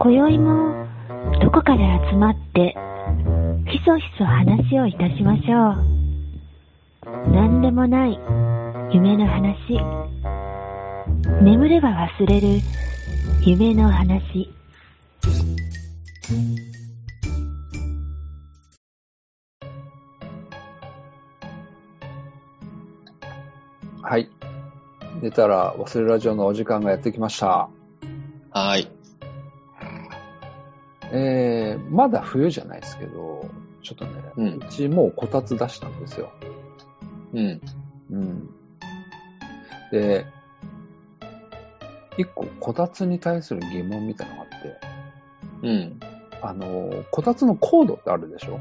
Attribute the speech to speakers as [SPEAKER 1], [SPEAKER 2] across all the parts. [SPEAKER 1] 今宵もどこかで集まってひそひそ話をいたしましょう何でもない夢の話眠れば忘れる夢の話
[SPEAKER 2] はい。寝たら忘れるラジオのお時間がやってきました。
[SPEAKER 3] はい。
[SPEAKER 2] えー、まだ冬じゃないですけど、ちょっとね、
[SPEAKER 3] う
[SPEAKER 2] うんちもうこたつ出したんですよ。
[SPEAKER 3] うん。
[SPEAKER 2] うん。で、一個こたつに対する疑問みたいなのがあって、
[SPEAKER 3] うん。
[SPEAKER 2] あの、こたつのコードってあるでしょ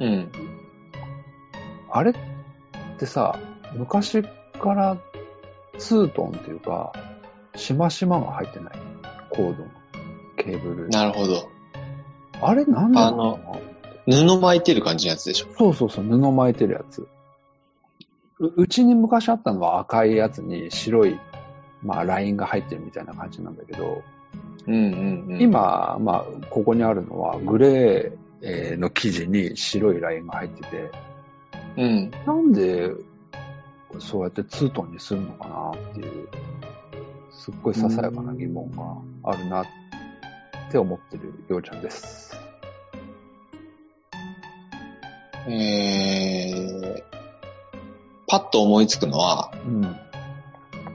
[SPEAKER 3] うん。
[SPEAKER 2] あれってさ、昔からツートンっていうか、しましまが入ってないコードのケーブル。
[SPEAKER 3] なるほど。
[SPEAKER 2] あれなんだろうな
[SPEAKER 3] 布巻いてる感じのやつでしょ。
[SPEAKER 2] そうそうそう、布巻いてるやつ。ううちに昔あったのは赤いやつに白い、まあ、ラインが入ってるみたいな感じなんだけど、
[SPEAKER 3] うんうんうん。。
[SPEAKER 2] 今、まあ、ここにあるのはグレーえーの生地に白いラインが入ってて、
[SPEAKER 3] うん。
[SPEAKER 2] なんで、そうやってツートンにするのかなっていう、すっごいささやかな疑問があるなって思ってるようちゃんです。
[SPEAKER 3] えー、パッと思いつくのは、
[SPEAKER 2] うん。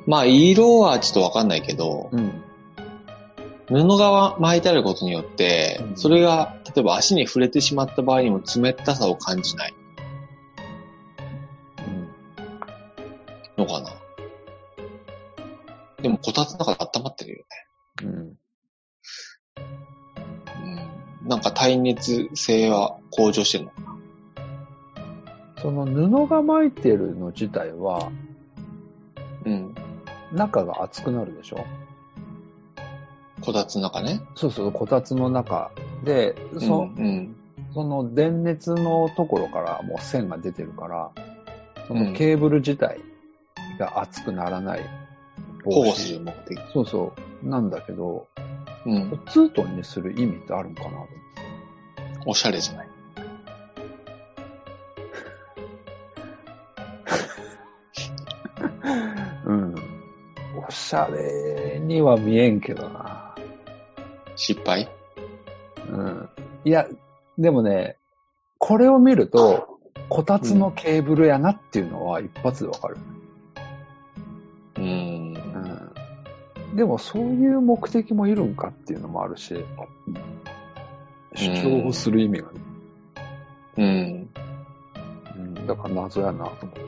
[SPEAKER 3] まあ、色はちょっとわかんないけど、
[SPEAKER 2] うん。
[SPEAKER 3] 布が巻いてあることによって
[SPEAKER 2] う、ん
[SPEAKER 3] それが、例えば足に触れてしまった場合にも冷たさを感じないのかな。でも、こたつの中で温まってるよ
[SPEAKER 2] うん。うん。
[SPEAKER 3] ね。うん。なんか耐熱性は向上してるのかな。
[SPEAKER 2] その布が巻いてるの自体は、
[SPEAKER 3] うん。
[SPEAKER 2] 中が熱くなるでしょ
[SPEAKER 3] こたつの中ね。
[SPEAKER 2] そうそう、こたつの中で、そ,、
[SPEAKER 3] うんうん。
[SPEAKER 2] その電熱のところからもう線が出てるから、そうの
[SPEAKER 3] ん
[SPEAKER 2] ケーブル自体が熱くならない。
[SPEAKER 3] 保護する目的。
[SPEAKER 2] そうそう、なんだけど、
[SPEAKER 3] うん。
[SPEAKER 2] ツートンにする意味ってあるのかな
[SPEAKER 3] おしゃれじゃない。
[SPEAKER 2] うん。おしゃれには見えんけどな。
[SPEAKER 3] 失敗
[SPEAKER 2] うん。いや、でもね、これを見ると、こたつのケーブルやなっていうのは一発でわかる。
[SPEAKER 3] うーん。
[SPEAKER 2] うんでもそういう目的もいるんかっていうのもあるし、主張をする意味がね、
[SPEAKER 3] うん。
[SPEAKER 2] うんだから謎やなと思って。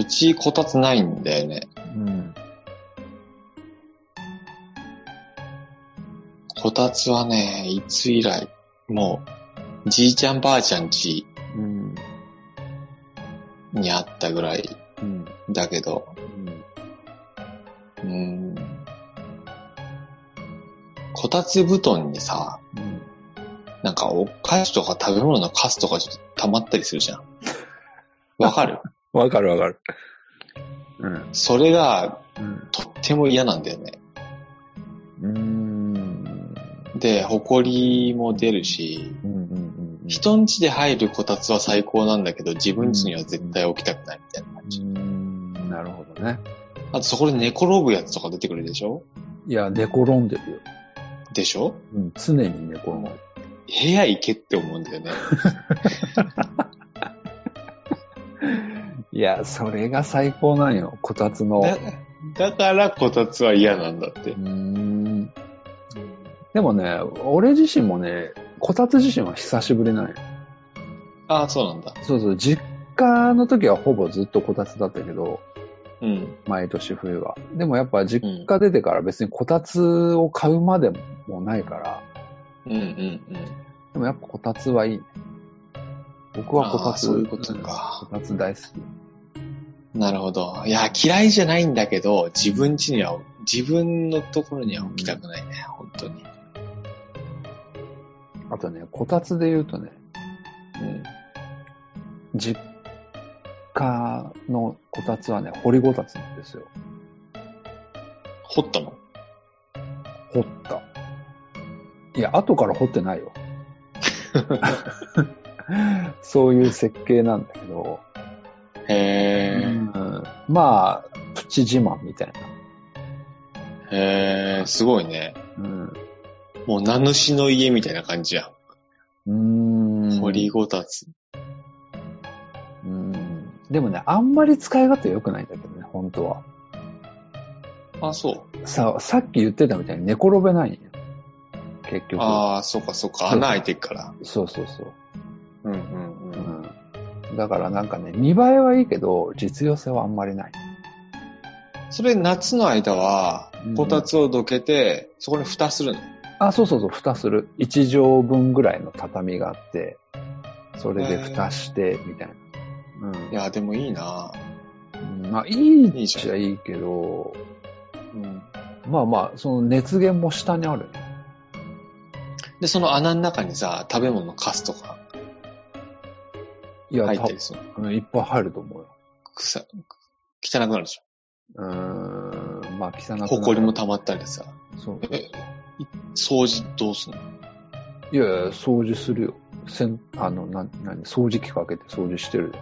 [SPEAKER 3] うち、こたつないんだよね。
[SPEAKER 2] うん。
[SPEAKER 3] こたつはね、いつ以来、もう、じいちゃんばあちゃんち
[SPEAKER 2] うん。
[SPEAKER 3] にあったぐらい
[SPEAKER 2] うん。
[SPEAKER 3] だけど、うーん。こたつ布団にさ、
[SPEAKER 2] うん。
[SPEAKER 3] なんかお菓子とか食べ物のカスとかちょっと溜まったりするじ ゃん。わかる
[SPEAKER 2] わかるわかる。うん。
[SPEAKER 3] それがとっても嫌なんだよね。
[SPEAKER 2] うん。うん。
[SPEAKER 3] で、埃も出るし、
[SPEAKER 2] うん。うん。
[SPEAKER 3] 人ん家で入るこたつは最高なんだけど、自分家には絶対起きたくないみたいな感じ。
[SPEAKER 2] うん。なるほどね。
[SPEAKER 3] あとそこで寝転ぶやつとか出てくるでしょ
[SPEAKER 2] いや、寝転んでるよ。
[SPEAKER 3] でしょ
[SPEAKER 2] うん。常に寝転んでる。
[SPEAKER 3] 部屋行けって思うんだよね。
[SPEAKER 2] いや、それが最高なんよ。こたつの。
[SPEAKER 3] だだからこたつは嫌なんだって
[SPEAKER 2] う。ーんでもね、俺自身もね、こたつ自身は久しぶりなんよ。
[SPEAKER 3] ああ、そうなんだ。
[SPEAKER 2] そうそう、実家の時はほぼずっとこたつだったけど、
[SPEAKER 3] うん。
[SPEAKER 2] 毎年冬は。でもやっぱ実
[SPEAKER 3] うん。
[SPEAKER 2] 家出てから別にこたつを買うまでもないから、
[SPEAKER 3] うんうんうん。
[SPEAKER 2] でもやっぱこたつはいいね。僕はこたつ、
[SPEAKER 3] あーそういうことか
[SPEAKER 2] うんこたつ大好き。
[SPEAKER 3] なるほど。いや、嫌いじゃないんだけど、自分家には、自分のところには起きたくないね、本当に。
[SPEAKER 2] あとね、こたつで言うとね、
[SPEAKER 3] うん。
[SPEAKER 2] 実家のこたつはね、掘りごたつなんですよ。
[SPEAKER 3] 掘ったの
[SPEAKER 2] 掘った。いや、後から掘ってない よ。そういう設計なんだけど、う
[SPEAKER 3] へー
[SPEAKER 2] ん、まあ、プチ自慢みたい
[SPEAKER 3] へーすごいね。
[SPEAKER 2] な。
[SPEAKER 3] もう名主の家みたいな感じや
[SPEAKER 2] うん。うーん
[SPEAKER 3] ん。掘りごたつ。
[SPEAKER 2] うん。でもね、あんまり使い勝手は良くないんだけどね、本当は。
[SPEAKER 3] あ、そう。
[SPEAKER 2] さ、さっき言ってたみたいに寝転べないんよ。結局。
[SPEAKER 3] ああ、そうかそうか。穴開いてっから。
[SPEAKER 2] そうそうそう。
[SPEAKER 3] うんうんうん。
[SPEAKER 2] うんだからなんかね、見栄えはいいけど、実用性はあんまりない。
[SPEAKER 3] それ夏の間は
[SPEAKER 2] うん、
[SPEAKER 3] こたつをどけて、そこに蓋するの。
[SPEAKER 2] あ、そうそうそう、蓋する。1畳分ぐらいの畳があって、それで蓋して、みたいな。
[SPEAKER 3] いや、でもいいな
[SPEAKER 2] うん。まあ、いい
[SPEAKER 3] い
[SPEAKER 2] っ
[SPEAKER 3] い
[SPEAKER 2] ち
[SPEAKER 3] じ
[SPEAKER 2] ゃ
[SPEAKER 3] ゃ
[SPEAKER 2] いいけど、
[SPEAKER 3] うん。
[SPEAKER 2] まあまあ、その熱源も下にあるよね。
[SPEAKER 3] で、その穴の中にさ、食べ物のカスとか
[SPEAKER 2] いや、
[SPEAKER 3] 入
[SPEAKER 2] た
[SPEAKER 3] ってるその
[SPEAKER 2] うんいっぱい入ると思うよ。
[SPEAKER 3] 臭、汚くなるでし
[SPEAKER 2] うーん、まあ、汚くなる
[SPEAKER 3] ょ。ほこりも溜まったりさ。
[SPEAKER 2] そう。
[SPEAKER 3] え、い掃除どうすんの
[SPEAKER 2] いやいや、掃除するよ。せん、あの、な、なに、掃除機かけて掃除してるよ。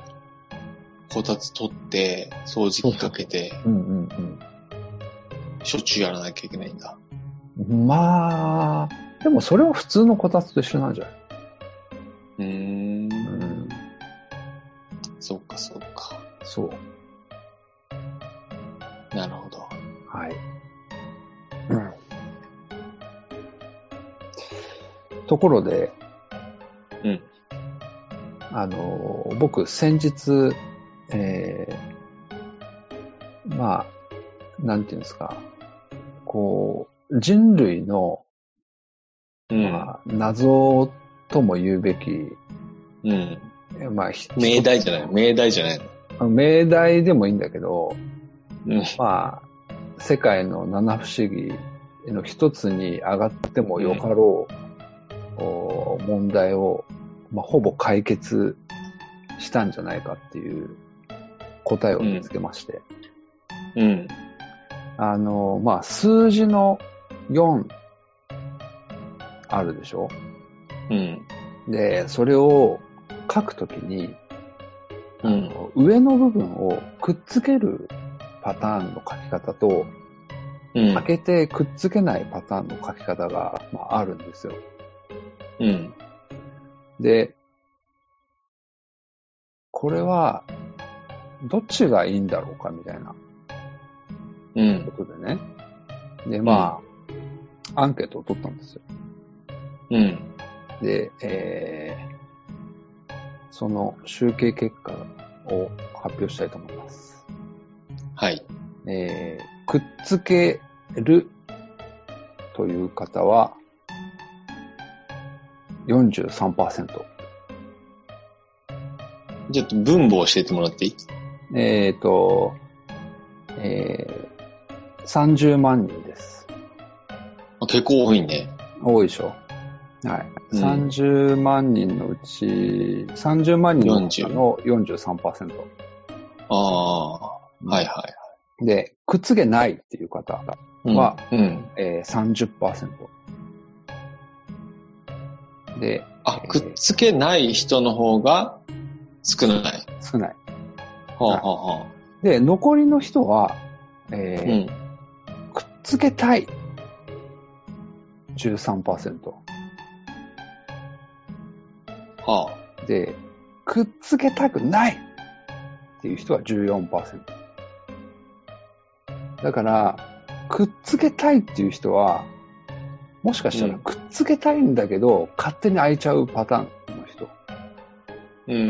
[SPEAKER 3] こたつ取って、掃除機かけて、
[SPEAKER 2] うんうんうん。
[SPEAKER 3] しょっちゅうやらなきゃいけないんだ。
[SPEAKER 2] まあ、でもそれは普通のこたつと一緒なんじゃないう
[SPEAKER 3] ー。
[SPEAKER 2] うんん。
[SPEAKER 3] そうかそうか。
[SPEAKER 2] そう。
[SPEAKER 3] なるほど。
[SPEAKER 2] はい。ところで、
[SPEAKER 3] うん。
[SPEAKER 2] あの、僕先日、えー、まあ、なんていうんですか、こう、人類の、
[SPEAKER 3] うん。
[SPEAKER 2] まあ、謎とも言うべき、
[SPEAKER 3] うん。
[SPEAKER 2] えまあ、ひ
[SPEAKER 3] 命題じゃない。命題じゃないの。
[SPEAKER 2] 命題でもいいんだけど、
[SPEAKER 3] うん。
[SPEAKER 2] まあ、世界の七不思議の一つに上がってもよかろう、お問題を、まあ、ほぼ解決したんじゃないかっていう答えを見つけまして、
[SPEAKER 3] うん。
[SPEAKER 2] あの、まあ、数字の4あるでしょ
[SPEAKER 3] うん。
[SPEAKER 2] で、それを書くときに、
[SPEAKER 3] う
[SPEAKER 2] あ
[SPEAKER 3] ん。
[SPEAKER 2] の上の部分をくっつけるパターンの書き方と、
[SPEAKER 3] うん。
[SPEAKER 2] 開けてくっつけないパターンの書き方が、まあ、あるんですよ。
[SPEAKER 3] うん。
[SPEAKER 2] で、これは、どっちがいいんだろうかみたいな
[SPEAKER 3] うん。
[SPEAKER 2] ことでね。で、まあ、アンケートを取ったんですよ。
[SPEAKER 3] うん。
[SPEAKER 2] で、えーその集計結果を発表したいと思います。
[SPEAKER 3] はい。
[SPEAKER 2] えーくっつけるという方は43%。
[SPEAKER 3] ちょっと分母を教えてもらっていい
[SPEAKER 2] えっ、と、えー、30万人です。
[SPEAKER 3] あ結構多いね。
[SPEAKER 2] 多いでしょ。はい。
[SPEAKER 3] うん
[SPEAKER 2] 30万人のうち、30万人の中
[SPEAKER 3] 40
[SPEAKER 2] の43%。
[SPEAKER 3] ああ。はいは
[SPEAKER 2] で、くっつけないっていう方が、
[SPEAKER 3] い。うん
[SPEAKER 2] は、
[SPEAKER 3] うん。
[SPEAKER 2] えー、30%。で、
[SPEAKER 3] あ、くっつけない人の方が少ない。
[SPEAKER 2] 少ない。
[SPEAKER 3] はあ、はあはあ、
[SPEAKER 2] で、残りの人は、え
[SPEAKER 3] う
[SPEAKER 2] ー
[SPEAKER 3] ん。
[SPEAKER 2] くっつけたい。13%。
[SPEAKER 3] はあ。
[SPEAKER 2] で、くっつけたくないっていう人は14%。だから、くっつけたいっていう人は、もしかしたら
[SPEAKER 3] うん
[SPEAKER 2] くっつけたいんだけど、勝手に開いちゃうパターンの人。
[SPEAKER 3] うんうんう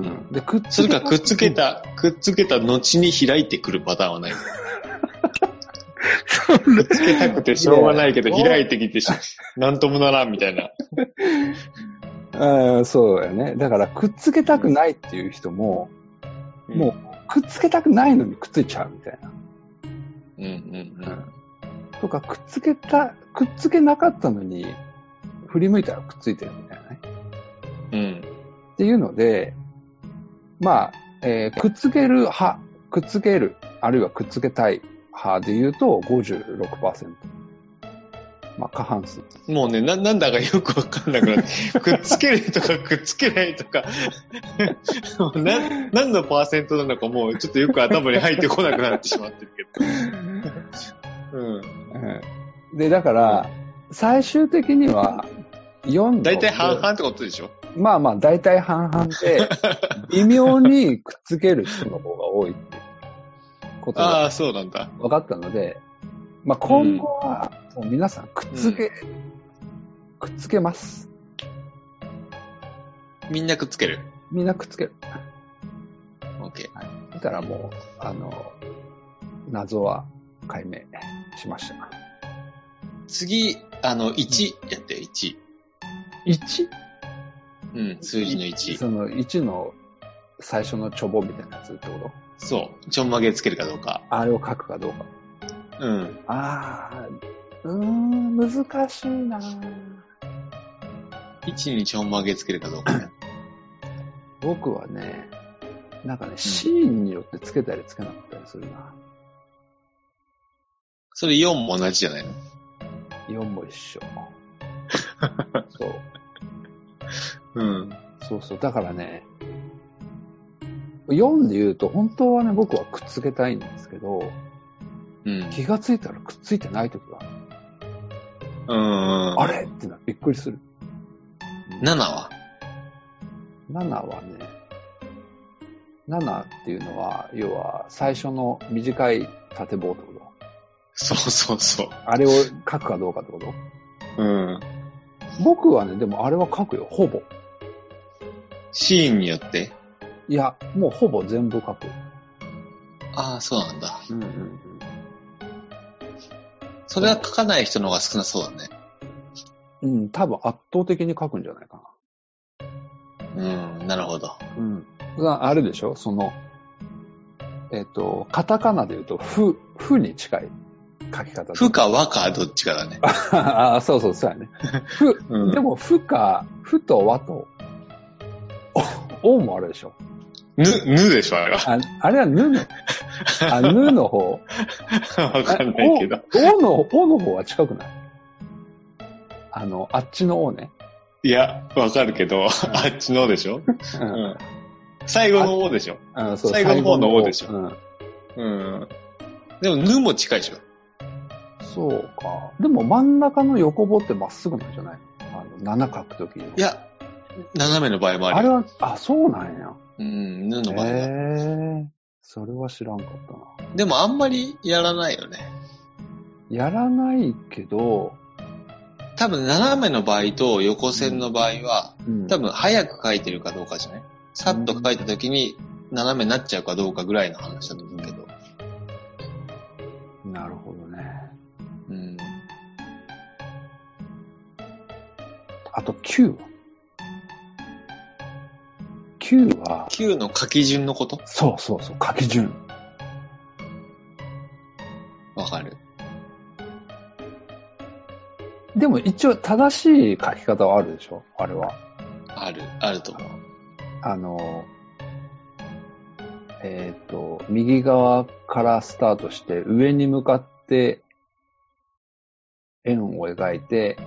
[SPEAKER 3] ん。
[SPEAKER 2] で、くっつ
[SPEAKER 3] そ
[SPEAKER 2] け
[SPEAKER 3] れ
[SPEAKER 2] た
[SPEAKER 3] か、くっつけ。た、くっつけた後に開いてくるパターンはない。くっつけたくてしょうがないけど、
[SPEAKER 2] いや
[SPEAKER 3] 開いてきてし、なんともならんみたいな。
[SPEAKER 2] うん、そうだよね。だから、くっつけたくないっていう人も、もう、くっつけたくないのにくっついちゃうみたいな。
[SPEAKER 3] うん。うんうんうん。
[SPEAKER 2] とか、くっつけた、くっつけなかったのに、振り向いたらくっついてるみたいなね。
[SPEAKER 3] うん。
[SPEAKER 2] っていうので、まあ、えーくっつける派、くっつける、あるいはくっつけたい派で言うと56%。まあ、過半数。
[SPEAKER 3] もうね、な、なんだかよくわかんなくな って、くっつけるとかくっつけないとか、 もうな、何のパーセントなのかもうちょっとよく頭に入ってこなくなってしまってるけど。うん。
[SPEAKER 2] うんで、だから、最終的には、4の。
[SPEAKER 3] 大体半々ってことでしょ
[SPEAKER 2] まあまあ、大体半々 で、微妙にくっつける人の方が多いっていうこと
[SPEAKER 3] あ
[SPEAKER 2] が
[SPEAKER 3] あ、そうなんだ。
[SPEAKER 2] 分かったので、まあ今後は、もう皆さんくっつけ、くっつけます。
[SPEAKER 3] みんなくっつける。
[SPEAKER 2] みんなくっつける。
[SPEAKER 3] オッケ
[SPEAKER 2] だからもう、あの、謎は解明しました。
[SPEAKER 3] ー。次、あの、1やって、1。
[SPEAKER 2] 1?
[SPEAKER 3] うん、数字の1。
[SPEAKER 2] その1の最初のチョボみたいなやつってこと
[SPEAKER 3] そう。ちょんまげつけるかどうか。
[SPEAKER 2] あれを書くかどうか。
[SPEAKER 3] うん。
[SPEAKER 2] ああ、うーん、難しいな
[SPEAKER 3] 1にちょんまげつけるかどうかね。
[SPEAKER 2] 僕はね、なんかね、シーンによってつけたりつけなかったりするな。
[SPEAKER 3] それ4も同じじゃないの
[SPEAKER 2] 4も一緒。そう。
[SPEAKER 3] うん。
[SPEAKER 2] そうそう。だからね、4で言うと、本当はね、僕はくっつけたいんですけど、
[SPEAKER 3] うん。
[SPEAKER 2] 気がついたらくっついてない時がある、
[SPEAKER 3] うん。
[SPEAKER 2] あれってな、びっくりする。
[SPEAKER 3] ?7 は
[SPEAKER 2] 7はね、7っていうのは、要は最初の短い縦棒ってこと
[SPEAKER 3] そうそうそ
[SPEAKER 2] あれを書くかどうかってこと
[SPEAKER 3] う。うん。
[SPEAKER 2] 僕はね、でもあれは書くよ、ほぼ。
[SPEAKER 3] シーンによって。
[SPEAKER 2] いや、もうほぼ全部書く。
[SPEAKER 3] ああ、そうなんだ。
[SPEAKER 2] うんうんうん。
[SPEAKER 3] それは書かない人の方が少なそうだね。
[SPEAKER 2] うん、多分圧倒的に書くんじゃないか
[SPEAKER 3] うん、なるほど。
[SPEAKER 2] な。うん。あれでしょその、えっ、と、カタカナで言うと、ふ、ふに近い書き方。
[SPEAKER 3] 負か和かどっちかだね。
[SPEAKER 2] ああ、そうそう、そうやね。ふ、
[SPEAKER 3] うん
[SPEAKER 2] でも、ふか、ふと和 と、お、おもあれでしょ
[SPEAKER 3] ぬ、ぬでしょ、あれは。
[SPEAKER 2] ああれはぬの、あ、ぬの方。
[SPEAKER 3] わかんないけど。
[SPEAKER 2] お、おの、おの方は近くないあの、あっちのおね。
[SPEAKER 3] いや、わかるけど、 あっちのでしょ。
[SPEAKER 2] う。
[SPEAKER 3] うんん。最後の方でしょ。
[SPEAKER 2] うん、そう
[SPEAKER 3] 最後の方のおでしょ
[SPEAKER 2] 最後のおうん。
[SPEAKER 3] うん。でも、ぬも近いでしょ。
[SPEAKER 2] そうか。でも真ん中の横棒ってまっすぐなんじゃないのあの、7書くときの。
[SPEAKER 3] いや、斜めの場合もあ
[SPEAKER 2] あ
[SPEAKER 3] る
[SPEAKER 2] れ
[SPEAKER 3] よ。
[SPEAKER 2] は、あ、そうなんや。
[SPEAKER 3] うん、ぬの場合
[SPEAKER 2] へ
[SPEAKER 3] は。
[SPEAKER 2] え。それは知らんかったな。
[SPEAKER 3] でも、あんまりやらないよね。
[SPEAKER 2] やらないけど、
[SPEAKER 3] 多分、斜めの場合と横線の場合は、
[SPEAKER 2] うん
[SPEAKER 3] 多分、早く書いてるかどうかじゃないさっと書いた時に、斜めになっちゃうかどうかぐらいの話だと思うけど。
[SPEAKER 2] なるほどね。
[SPEAKER 3] うん。
[SPEAKER 2] あと9は ?9 は、
[SPEAKER 3] 9の書き順のこと
[SPEAKER 2] そうそうそう、書き順。
[SPEAKER 3] わかる。
[SPEAKER 2] でも一応正しい書き方はあるでしょあれは。
[SPEAKER 3] ある、あると思う。
[SPEAKER 2] あの、えっ、と、右側からスタートして、上に向かって、円を描いて、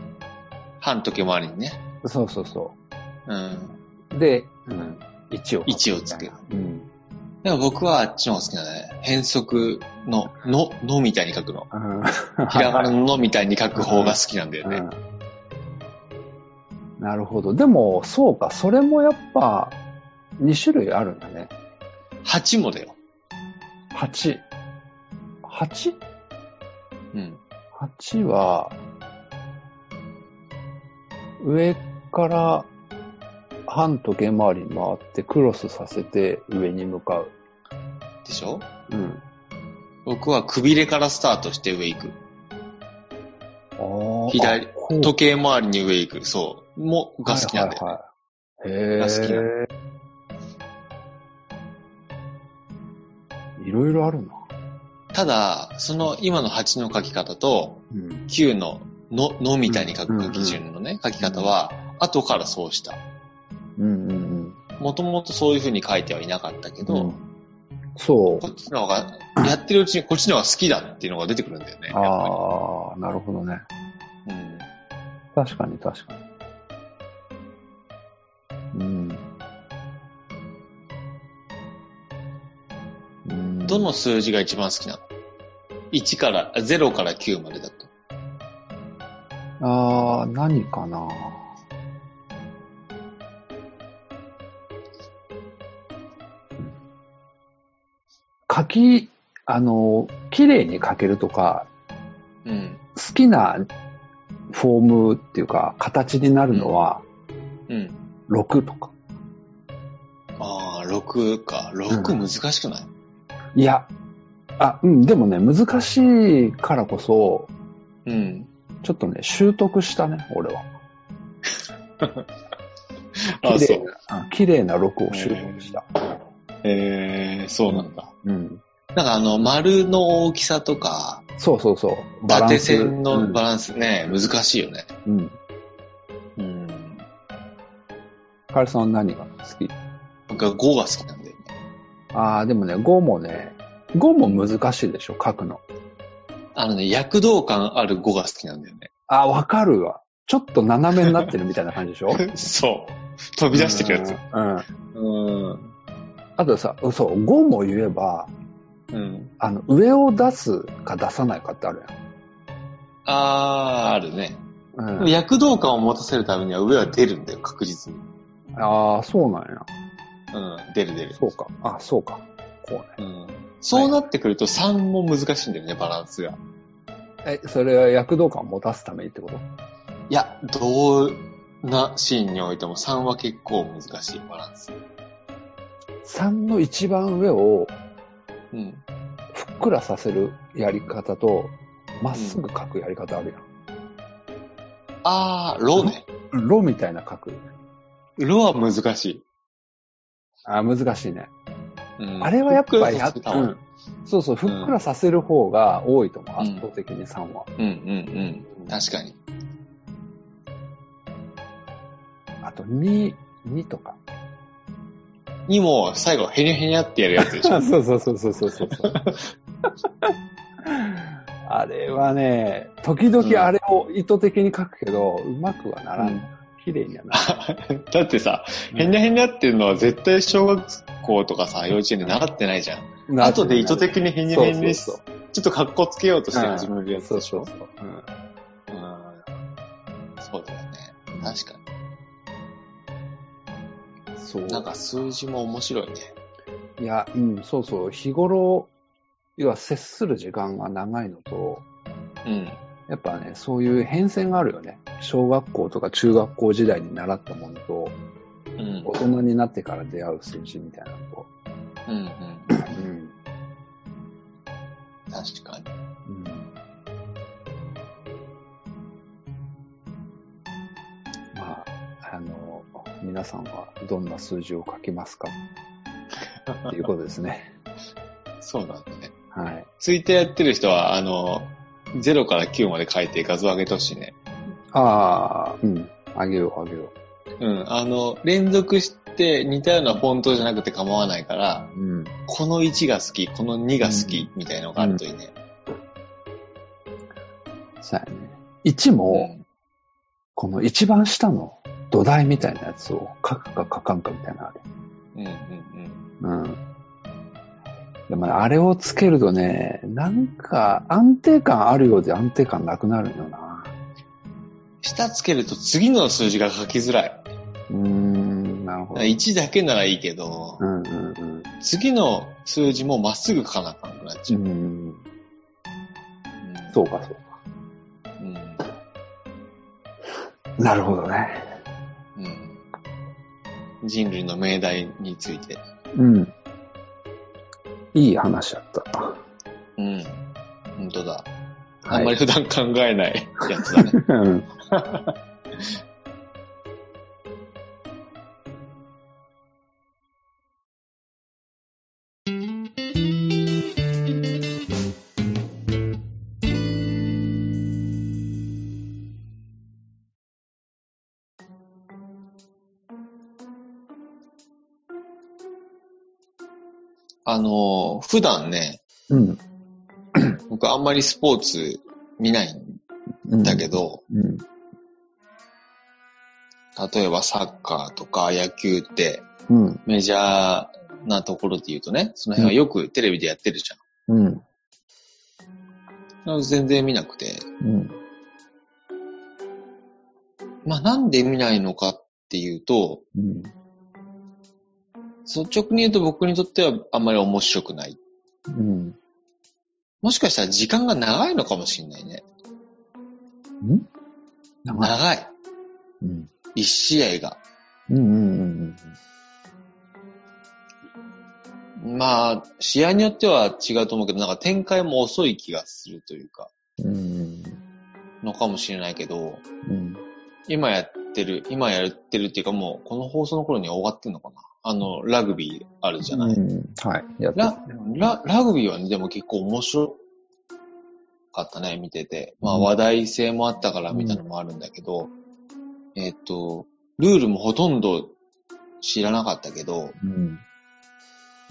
[SPEAKER 3] 半時計回りにね。
[SPEAKER 2] そうそうそ
[SPEAKER 3] うん。
[SPEAKER 2] う。で、うん、1を。
[SPEAKER 3] 1をつける。
[SPEAKER 2] うん。
[SPEAKER 3] でも僕はあっちの方が好きだね。変則の、の、のみたいに書 くの。
[SPEAKER 2] うん
[SPEAKER 3] ひらがなののみたいに書く方が好きなんだよね。
[SPEAKER 2] うんなるほど。でも、そうか、それもやっぱ、2種類あるんだね。
[SPEAKER 3] 8もだよ。
[SPEAKER 2] 8。8?
[SPEAKER 3] うん。
[SPEAKER 2] 8は、上から半時計回りに回ってクロスさせて上に向かう。
[SPEAKER 3] でしょ
[SPEAKER 2] うん。
[SPEAKER 3] 僕はくびれからスタートして上行く。
[SPEAKER 2] ああ
[SPEAKER 3] 左
[SPEAKER 2] こう
[SPEAKER 3] 時計回りに上行く。そう。も、が好きなんだよ。
[SPEAKER 2] はいはいはい、へえ。
[SPEAKER 3] が好きなん
[SPEAKER 2] いろいろあるな。
[SPEAKER 3] ただ、その今の8の書き方と
[SPEAKER 2] うん。
[SPEAKER 3] 9のの、のみたいに書く書き順のね、書き方は、後からそうした。
[SPEAKER 2] うんうんうん。
[SPEAKER 3] もともとそういう風に書いてはいなかったけど、
[SPEAKER 2] そ
[SPEAKER 3] こっちの方が、やってるうちにこっちの方が好きだっていうのが出てくるんだよね。
[SPEAKER 2] う。ああ、なるほどね。
[SPEAKER 3] やうん。
[SPEAKER 2] 確かに確かに。うん。うん
[SPEAKER 3] どの数字が一番好きなの ?1 から、あ0から9までだと。
[SPEAKER 2] ああ、何かな。書き、あの、綺麗に書けるとか、
[SPEAKER 3] うん。
[SPEAKER 2] 好きなフォームっていうか、形になるのは
[SPEAKER 3] うん。
[SPEAKER 2] 6とか。
[SPEAKER 3] ああ、6か。6難しくない、
[SPEAKER 2] いや、あ、うん、でもね、難しいからこそ、
[SPEAKER 3] うん。
[SPEAKER 2] ちょっとね、習得したね、俺は。
[SPEAKER 3] ああ、
[SPEAKER 2] 綺
[SPEAKER 3] そ
[SPEAKER 2] 麗
[SPEAKER 3] う。
[SPEAKER 2] な、うん綺麗な6を習得した。
[SPEAKER 3] ええー、そうなんだ。
[SPEAKER 2] うん。
[SPEAKER 3] なんかあの、丸の大きさとか、
[SPEAKER 2] そうそうそう。
[SPEAKER 3] 縦線の
[SPEAKER 2] バ
[SPEAKER 3] バランスね、難しいよね。
[SPEAKER 2] うん。うん
[SPEAKER 3] うん。
[SPEAKER 2] カエルさんは何が好き
[SPEAKER 3] 僕は5が好きなんだよね。
[SPEAKER 2] ああ、でもね、5もね、5も難しいでしょ、書くの。
[SPEAKER 3] あのね、躍動感ある5が好きなんだよね。
[SPEAKER 2] ああ、わかるわ。ちょっと斜めになってるみたいな感じでし ょ
[SPEAKER 3] そう。飛び出してるやつ。
[SPEAKER 2] うん。うん。
[SPEAKER 3] うん。
[SPEAKER 2] あとさ、そう、5も言えば、
[SPEAKER 3] うん。
[SPEAKER 2] あの、上を出すか出さないかってある
[SPEAKER 3] あー、あるね。
[SPEAKER 2] やん。
[SPEAKER 3] で
[SPEAKER 2] う
[SPEAKER 3] も
[SPEAKER 2] ん。
[SPEAKER 3] 躍動感を持たせるためには上は出るんだよ、確実に。
[SPEAKER 2] ああ、そうなんや。
[SPEAKER 3] うん、出る出る。
[SPEAKER 2] そうか。あそうか。こう
[SPEAKER 3] うん。そうなってくると3も難しいんだよね、バランスが。
[SPEAKER 2] ね。え、それは躍動感を持たすためにってこと
[SPEAKER 3] いや、どんなシーンにおいても3は結構難しいバランス。
[SPEAKER 2] ?3 の一番上を
[SPEAKER 3] うん。
[SPEAKER 2] ふっくらさせるやり方と、まっすぐ書くやり方あるやん。
[SPEAKER 3] あー、ロね。
[SPEAKER 2] ロみたいな書く。
[SPEAKER 3] ロは難しい。
[SPEAKER 2] あー難しいね。
[SPEAKER 3] うん
[SPEAKER 2] あれはやっぱ
[SPEAKER 3] や
[SPEAKER 2] や
[SPEAKER 3] っ
[SPEAKER 2] っ、
[SPEAKER 3] た
[SPEAKER 2] うんそうそう、ふっくらさせる方が多いと思う、
[SPEAKER 3] うん
[SPEAKER 2] 圧倒的に3は。
[SPEAKER 3] うんうんうん。確かに。
[SPEAKER 2] あと2、2とか。
[SPEAKER 3] にも、最後、ヘニャヘニャってやるやつでしょ。
[SPEAKER 2] そうそうそうそうそうそう。 あれはね、時々あれを意図的に書くけど、うまくはなら
[SPEAKER 3] うん
[SPEAKER 2] ん。綺麗には ならん。
[SPEAKER 3] だってさ、へんにゃへんにゃっていうのは絶対小学校とかさ、幼稚園で習ってないじゃん。
[SPEAKER 2] な
[SPEAKER 3] 後で意図的にへんにゃ
[SPEAKER 2] そ
[SPEAKER 3] へ
[SPEAKER 2] うんそう
[SPEAKER 3] にし、
[SPEAKER 2] そう。
[SPEAKER 3] ちょっと格好つけようとして始めるやつ
[SPEAKER 2] そ
[SPEAKER 3] で
[SPEAKER 2] う
[SPEAKER 3] し
[SPEAKER 2] そ
[SPEAKER 3] ょ。
[SPEAKER 2] うそう。うん
[SPEAKER 3] うんそうだよね。確か
[SPEAKER 2] そう
[SPEAKER 3] に。なんか数字も面白いね。
[SPEAKER 2] いや、うん、そうそう。日頃、要は接する時間が長いのと、
[SPEAKER 3] うん。
[SPEAKER 2] やっぱね、そういう変遷があるよね。小学校とか中学校時代に習ったものと、
[SPEAKER 3] うん。
[SPEAKER 2] 大人になってから出会う数字みたいなのと。
[SPEAKER 3] うんうん。
[SPEAKER 2] うん。
[SPEAKER 3] 確かに。
[SPEAKER 2] まあ、あの、皆さんはどんな数字を書きます かっていうことですね。
[SPEAKER 3] そうなんだね。
[SPEAKER 2] はい。
[SPEAKER 3] ツイッターやってる人は、あの、0から9まで書いて画像上げてほしいね。
[SPEAKER 2] ああ、うん。あげよう、あげよ
[SPEAKER 3] うん。あの、連続して似たようなフォントじゃなくて構わないから、
[SPEAKER 2] う。うん。
[SPEAKER 3] この1が好き、この2が好き、みたいなのがあるといいね。
[SPEAKER 2] そうやね。1も、
[SPEAKER 3] うん
[SPEAKER 2] この一番下の土台みたいなやつを書くか書かんかみたいなのある。
[SPEAKER 3] うんうん
[SPEAKER 2] うん。でもねあれをつけるとね、なんか安定感あるようで安定感なくなるんよな。
[SPEAKER 3] うん。下つけると次の数字が書きづらい。だか
[SPEAKER 2] うーん、なるほ
[SPEAKER 3] ら
[SPEAKER 2] ど。
[SPEAKER 3] 1だけならいいけど
[SPEAKER 2] う、んうん
[SPEAKER 3] 次の数字もまっすぐ書かなあかんくなっ
[SPEAKER 2] う
[SPEAKER 3] ちゃう。
[SPEAKER 2] ん。うん、
[SPEAKER 3] うん
[SPEAKER 2] そうかそうか。
[SPEAKER 3] うん。
[SPEAKER 2] なるほどね。
[SPEAKER 3] うん。人類の命題について。
[SPEAKER 2] うん。いい話だった。
[SPEAKER 3] うん。本当だ。
[SPEAKER 2] はい
[SPEAKER 3] あんまり普段考えないやつだね。
[SPEAKER 2] うん。
[SPEAKER 3] あのー普段ね、
[SPEAKER 2] うん。
[SPEAKER 3] 僕あんまりスポーツ見ないん
[SPEAKER 2] うん
[SPEAKER 3] だけ。ど、
[SPEAKER 2] うん。
[SPEAKER 3] 例えばサッカーとか野球って
[SPEAKER 2] うん。
[SPEAKER 3] メジャーなところで言うとね、その辺はよくテレビでやってるじゃん。
[SPEAKER 2] うん。
[SPEAKER 3] なんか全然見なくて。
[SPEAKER 2] うん。
[SPEAKER 3] まあなんで見ないのかっていうと、
[SPEAKER 2] うん。
[SPEAKER 3] 率直に言うと僕にとってはあんまり面白くない。
[SPEAKER 2] うん。
[SPEAKER 3] もしかしたら時間が長いのかもしれないね。
[SPEAKER 2] うんい。
[SPEAKER 3] 長い。
[SPEAKER 2] うん。
[SPEAKER 3] 一試合が。
[SPEAKER 2] うんうんうん
[SPEAKER 3] まあ、試合によっては違うと思うけど、なんか展開も遅い気がするというか、
[SPEAKER 2] うん。うん。
[SPEAKER 3] のかもしれないけど、
[SPEAKER 2] うん。
[SPEAKER 3] 今やってる、今やってるっていうかもう、この放送の頃には終わってんのかなあの、ラグビーあるじゃない、
[SPEAKER 2] うんはい。やった。
[SPEAKER 3] ラララグビーはね、でも結構面白かったね、見てて。まあ
[SPEAKER 2] うん
[SPEAKER 3] 話題性もあったからみたいなのもあるんだけど、えっと、ルールもほとんど知らなかったけど、
[SPEAKER 2] うん。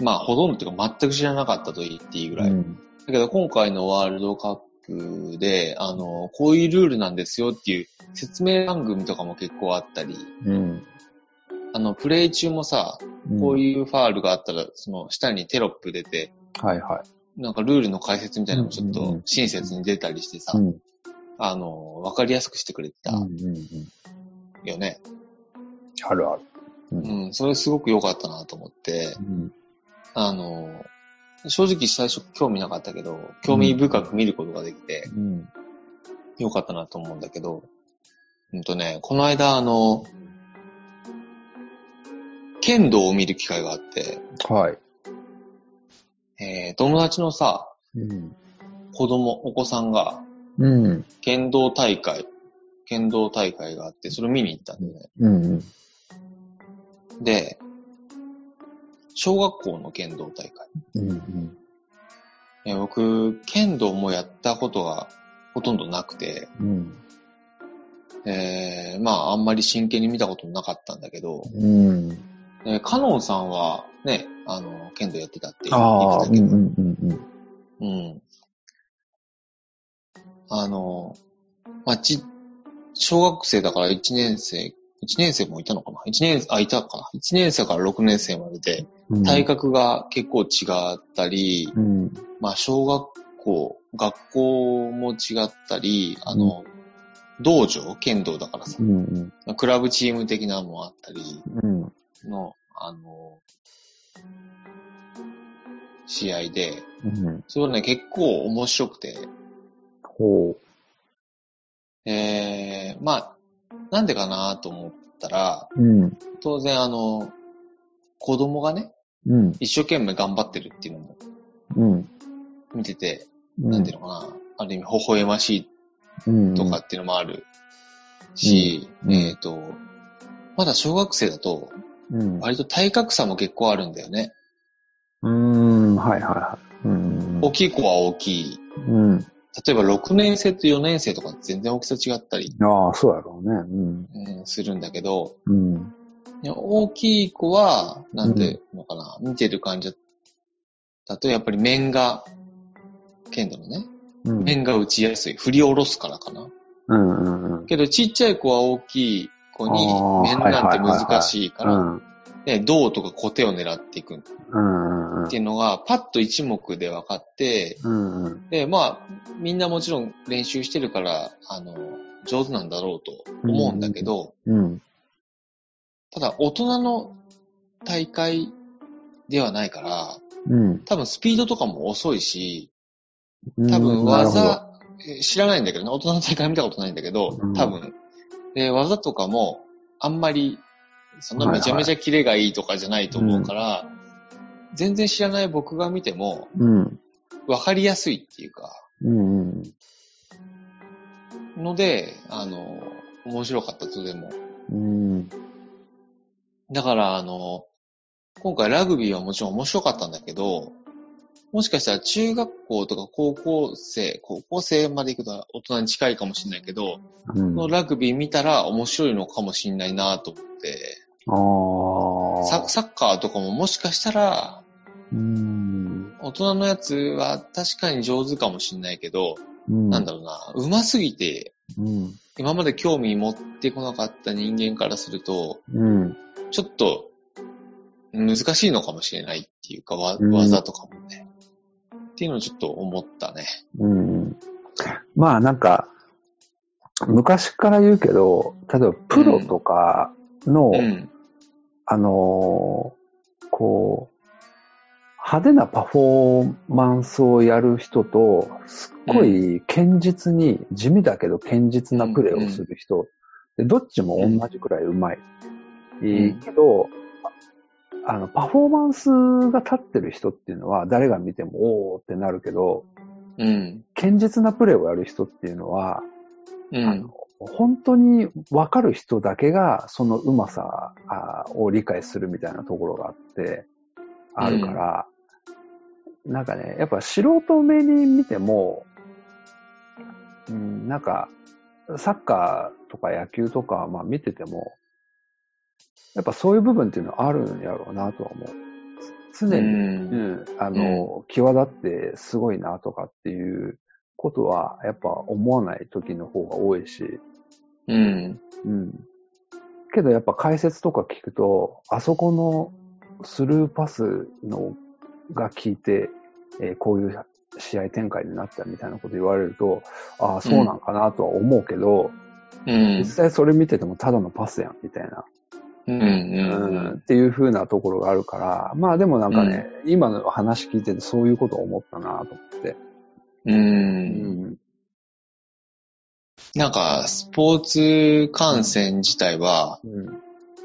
[SPEAKER 3] まあほとんどっていうか全く知らなかったと言っていいぐらい。
[SPEAKER 2] うん
[SPEAKER 3] だけど今回のワールドカップで、あの、こういうルールなんですよっていう説明番組とかも結構あったり、
[SPEAKER 2] うん。
[SPEAKER 3] あの、プレイ中もさ、こう
[SPEAKER 2] い
[SPEAKER 3] いうファールがあったら、その下にテロップ出て、
[SPEAKER 2] うん。はいは
[SPEAKER 3] なんかルールの解説みたいなのもちょっ
[SPEAKER 2] うんうんう
[SPEAKER 3] と
[SPEAKER 2] ん
[SPEAKER 3] 親切に出たりしてさ、
[SPEAKER 2] い。うん。
[SPEAKER 3] あの、わかりやすくしてくれてた
[SPEAKER 2] うんうんうん。
[SPEAKER 3] よね。
[SPEAKER 2] あるある。う。
[SPEAKER 3] うんん、それすごく良かったなと思って、
[SPEAKER 2] うん。
[SPEAKER 3] あの、正直最初興味なかったけど、興味深く見ることができて、
[SPEAKER 2] うん。
[SPEAKER 3] よかったなと思うんだけど、うんとね、この間あの、剣道を見る機会があって、
[SPEAKER 2] はい。
[SPEAKER 3] えー、友達のさ、
[SPEAKER 2] うん。
[SPEAKER 3] 子供、お子さんが、
[SPEAKER 2] うん。
[SPEAKER 3] 剣道大会、剣道大会があって、それを見に行ったんだよね。
[SPEAKER 2] うん。
[SPEAKER 3] で、小学校の剣道大会。
[SPEAKER 2] うん。
[SPEAKER 3] えー僕、剣道もやったことがほとんどなくて、
[SPEAKER 2] うん。
[SPEAKER 3] えー、まああんまり真剣に見たこともなかったんだけど、
[SPEAKER 2] うん。
[SPEAKER 3] えーカノンさんはね、あの、剣道やってたって言
[SPEAKER 2] ああ、
[SPEAKER 3] っ
[SPEAKER 2] う
[SPEAKER 3] てたけ
[SPEAKER 2] ん
[SPEAKER 3] ど、
[SPEAKER 2] うんうんうん。
[SPEAKER 3] うん。あの、まあ、ち、小学生だから1年生、1年生もいたのかな ?1 年、あ、いたかな ?1 年生から6年生までで、
[SPEAKER 2] うん
[SPEAKER 3] 体格が結構違ったり、
[SPEAKER 2] うん。
[SPEAKER 3] まあ、小学校、学校も違ったり、あの、道場剣道だからさ
[SPEAKER 2] う、ん
[SPEAKER 3] クラブチーム的なのもあったり、
[SPEAKER 2] うん。
[SPEAKER 3] の、あの、試合で、
[SPEAKER 2] うん。
[SPEAKER 3] それはね、結構面白くて、
[SPEAKER 2] ほ
[SPEAKER 3] えー、まあ、なんでかなと思ったら、
[SPEAKER 2] う。うん。
[SPEAKER 3] 当然あの、子供がね、
[SPEAKER 2] うん。
[SPEAKER 3] 一生懸命頑張ってるっていうのも
[SPEAKER 2] うん。
[SPEAKER 3] 見てて、
[SPEAKER 2] うん。
[SPEAKER 3] なんていうのかな、ある意味微笑まし
[SPEAKER 2] うん。
[SPEAKER 3] いとかっていうのもあるし、
[SPEAKER 2] うんうん
[SPEAKER 3] えっ、と、まだ小学生だと、
[SPEAKER 2] うん。
[SPEAKER 3] 割と体格差も結構あるんだよね。
[SPEAKER 2] うん。はいはいはい。うん。
[SPEAKER 3] 大きい子は大きい、
[SPEAKER 2] うん。
[SPEAKER 3] 例えば6年生と4年生とか全然大きさ違ったり、
[SPEAKER 2] ああ、そうやろうね。うん。
[SPEAKER 3] うんするんだけど、
[SPEAKER 2] うん。
[SPEAKER 3] いや大きい子は、なんていうのかな、見てる感じだとやっぱり面が、剣道のね、
[SPEAKER 2] うん。
[SPEAKER 3] 面が打ちやすい。振り下ろすからかな。
[SPEAKER 2] うんうんうん。
[SPEAKER 3] けどちっちゃい子は大きい子に
[SPEAKER 2] あー
[SPEAKER 3] 面なんて難しいか
[SPEAKER 2] う
[SPEAKER 3] ら、
[SPEAKER 2] ん。
[SPEAKER 3] ね、銅とかコテを狙っていくっ
[SPEAKER 2] うんうん
[SPEAKER 3] ていうのが、パッと一目で分かって、
[SPEAKER 2] うん。うん。
[SPEAKER 3] で、まあ、みんなもちろん練習してるから、あの、上手なんだろうと思うんだけど、
[SPEAKER 2] うん。
[SPEAKER 3] ただ大人の大会ではないから、
[SPEAKER 2] うん。
[SPEAKER 3] 多分スピードとかも遅いし、
[SPEAKER 2] うん。
[SPEAKER 3] 多分技、えー知らないんだけどね、大人の大会見たことないんだけど
[SPEAKER 2] うん、
[SPEAKER 3] 多分。で、技とかも、あんまり、そんなめちゃめちゃキレがいいとかじゃないと思うから、全然知らない僕が見ても、
[SPEAKER 2] うん。
[SPEAKER 3] わかりやすいっていうか、
[SPEAKER 2] うんうん。
[SPEAKER 3] ので、あの、面白かったとでも。
[SPEAKER 2] うん。
[SPEAKER 3] だから、あの、今回ラグビーはもちろん面白かったんだけど、もしかしたら中学校とか高校生、高校生まで行くと大人に近いかもしれないけど、
[SPEAKER 2] うん。
[SPEAKER 3] このラグビー見たら面白いのかもしれないなと思って、
[SPEAKER 2] ああ。
[SPEAKER 3] ササッカーとかももしかしたら、
[SPEAKER 2] うん。
[SPEAKER 3] 大人のやつは確かに上手かもしれないけど、
[SPEAKER 2] うん。
[SPEAKER 3] なんだろうな、上手すぎて
[SPEAKER 2] うん。
[SPEAKER 3] 今まで興味持ってこなかった人間からすると、
[SPEAKER 2] うん。
[SPEAKER 3] ちょっと難しいのかもしれないっていうか、わ
[SPEAKER 2] うん
[SPEAKER 3] 技とかもね。っていうのをちょっと思ったね。
[SPEAKER 2] うん。まあなんか、昔から言うけど、例えばプロとかの、
[SPEAKER 3] うん。
[SPEAKER 2] あのーこう、派手なパフォーマンスをやる人と、すっごい堅実に、地味だけど堅実なプレーをする人、でどっちも同じくらいうまい。いいけど、あの、パフォーマンスが立ってる人っていうのは、誰が見ても、おーってなるけど、
[SPEAKER 3] うん。
[SPEAKER 2] 堅実なプレーをやる人っていうのは、
[SPEAKER 3] う
[SPEAKER 2] あ
[SPEAKER 3] ん
[SPEAKER 2] の。本当に分かる人だけがそのうまさあを理解するみたいなところがあって、あるから、なんかね、やっぱ素人目に見ても、うん、なんか、サッカーとか野球とか、まあ見てても、やっぱそういう部分っていうのはあるんやろうなとは思う。常
[SPEAKER 3] う。
[SPEAKER 2] に、うんん、あの、際立ってすごいなとかっていうことは、やっぱ思わない時の方が多いし、
[SPEAKER 3] うん。
[SPEAKER 2] うん。けどやっぱ解説とか聞くと、あそこのスルーパスのが効いて、えーこういう試合展開になったみたいなこと言われると、ああ、そうなんかなとは思うけど、
[SPEAKER 3] うん
[SPEAKER 2] 実。際それ見ててもただのパスやん、みたいな。
[SPEAKER 3] うん。
[SPEAKER 2] うん
[SPEAKER 3] う
[SPEAKER 2] っていう風なところがあるから、まあでもなんかね、今の話聞いててそういうことを思ったなと思って。
[SPEAKER 3] ん。うん。
[SPEAKER 2] ん。
[SPEAKER 3] なんか、スポーツ観戦自体は、
[SPEAKER 2] うん。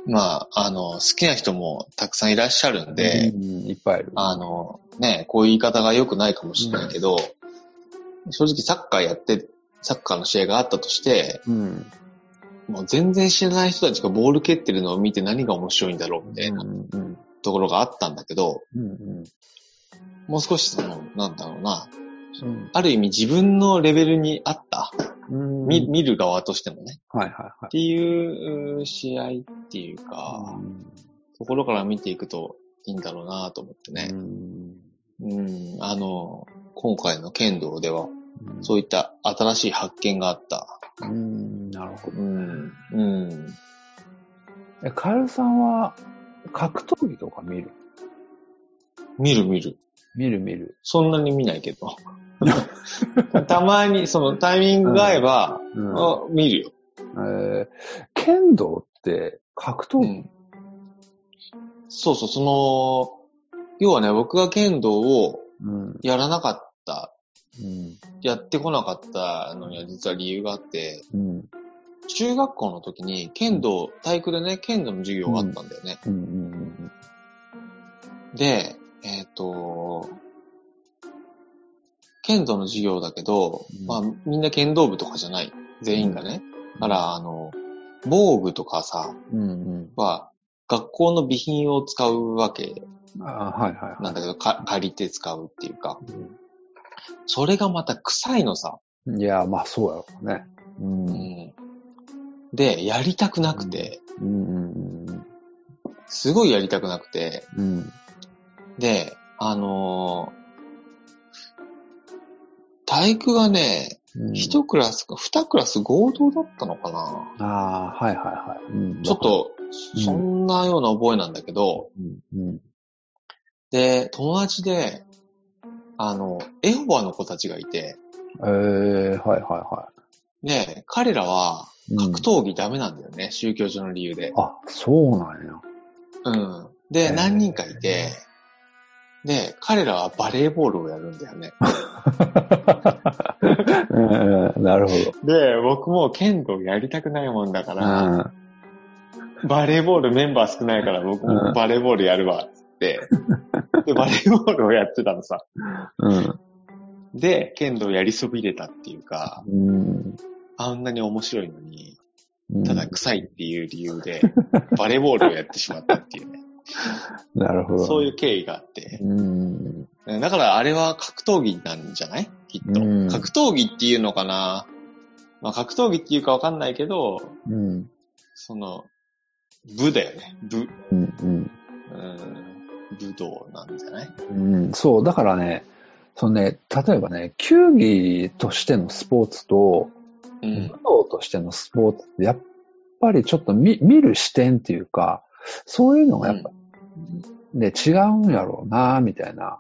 [SPEAKER 3] まあ、あの、好きな人もたくさんいらっしゃるんで、
[SPEAKER 2] うん、いっぱいある。
[SPEAKER 3] あの、ね、こういう言い方が良くないかもしれないけど、正直サッカーやって、サッカーの試合があったとして、
[SPEAKER 2] うん。
[SPEAKER 3] もう全然知らない人たちがボール蹴ってるのを見て何が面白いんだろうみたいな
[SPEAKER 2] うん。うん。
[SPEAKER 3] ところがあったんだけど、
[SPEAKER 2] うん。
[SPEAKER 3] もう少しその、なんだろうな、
[SPEAKER 2] うん。
[SPEAKER 3] ある意味自分のレベルに合った、
[SPEAKER 2] うん。
[SPEAKER 3] 見見る側としてもね、
[SPEAKER 2] はいはいは
[SPEAKER 3] っていううー試合っていうか、
[SPEAKER 2] い。
[SPEAKER 3] ところから見ていくといいんだろうなと思ってね
[SPEAKER 2] う。ん。
[SPEAKER 3] うん、あの、今回の剣道では、
[SPEAKER 2] うん
[SPEAKER 3] そういった新しい発見があった。
[SPEAKER 2] うん。なるほど。
[SPEAKER 3] うん、うん。
[SPEAKER 2] え、カエルさんは格闘技とか見る
[SPEAKER 3] 見る見る。
[SPEAKER 2] 見る見る。
[SPEAKER 3] そんなに見ないけど。たまに、そのタイミングが合えば、
[SPEAKER 2] うん。
[SPEAKER 3] あ見るよ。
[SPEAKER 2] えー剣道って格闘
[SPEAKER 3] う
[SPEAKER 2] 技
[SPEAKER 3] ん。そうそう、その、要はね、僕が剣道を
[SPEAKER 2] うん。
[SPEAKER 3] やらなかった、
[SPEAKER 2] うん。
[SPEAKER 3] やってこなかったのには実は理由があって、
[SPEAKER 2] うん。
[SPEAKER 3] 中学校の時に剣道、体育でね、剣道の授業があったんだよね。
[SPEAKER 2] うん。うん。
[SPEAKER 3] で、えっ、と、剣道の授業だけど、
[SPEAKER 2] うん
[SPEAKER 3] まあみんな剣道部とかじゃない。全員がね。だから、あの、防具とかさ、
[SPEAKER 2] うん。うん。
[SPEAKER 3] は、学校の備品を使うわけ
[SPEAKER 2] あはいはいはい。
[SPEAKER 3] なんだけど、か借りて使うっていうか。
[SPEAKER 2] うん
[SPEAKER 3] それがまた臭いのさ。
[SPEAKER 2] いや、まあそうやろうね。うん。
[SPEAKER 3] う
[SPEAKER 2] うん
[SPEAKER 3] ん。で、やりたくなくて、
[SPEAKER 2] うんうん
[SPEAKER 3] すごいやりたくなくて、
[SPEAKER 2] うん。
[SPEAKER 3] で、あのー体育がね、
[SPEAKER 2] うん。
[SPEAKER 3] 一クラスか、二クラス合同だったのかな、
[SPEAKER 2] ああ、はいはいはい。うん
[SPEAKER 3] ちょっ、と、そんなような覚えなんだけど、
[SPEAKER 2] うん。うん。
[SPEAKER 3] で、友達で、あの、エホバの子たちがいて、
[SPEAKER 2] ええー、はいはいは
[SPEAKER 3] で、彼ら
[SPEAKER 2] い。う
[SPEAKER 3] は、
[SPEAKER 2] ん
[SPEAKER 3] 格闘技ダメなんだよね、宗教上の理由で。
[SPEAKER 2] あ、そうなんや。
[SPEAKER 3] うん。
[SPEAKER 2] へ
[SPEAKER 3] で、
[SPEAKER 2] ー
[SPEAKER 3] 何人かいて、で、彼らはバレーボールをやるんだよね。
[SPEAKER 2] うんうんなるほど。
[SPEAKER 3] で、僕も剣道やりたくないもんだか
[SPEAKER 2] う
[SPEAKER 3] ら、
[SPEAKER 2] ん
[SPEAKER 3] バレーボールメンバー少ないから僕
[SPEAKER 2] う
[SPEAKER 3] も
[SPEAKER 2] ん
[SPEAKER 3] バレーボールやるわ、つ って。で、バレーボールをやってたのさ。
[SPEAKER 2] うん
[SPEAKER 3] で、剣道やりそびれたっていうか、
[SPEAKER 2] うん
[SPEAKER 3] あんなに面白いのに、
[SPEAKER 2] うん。
[SPEAKER 3] ただ臭いっていう理由 で、バレーボールをやってしまったっていうね。
[SPEAKER 2] なるほど。
[SPEAKER 3] そういう経緯があって。
[SPEAKER 2] うん。
[SPEAKER 3] だからあれは格闘技なんじゃないきっと、
[SPEAKER 2] うん
[SPEAKER 3] 格闘技っていうのかなまあ格闘技っていうかわかんないけど、
[SPEAKER 2] うん。
[SPEAKER 3] その、部だよね。部。
[SPEAKER 2] うん。
[SPEAKER 3] うん。武道なんじゃない
[SPEAKER 2] うん。うんそう、だからね、そのね、例えばね、球技としてのスポーツと、
[SPEAKER 3] うん。
[SPEAKER 2] 武道としてのスポーツって、やっぱりちょっと見見る視点っていうか、そういうのがやっぱ、ね、違うんやろうな、みたいな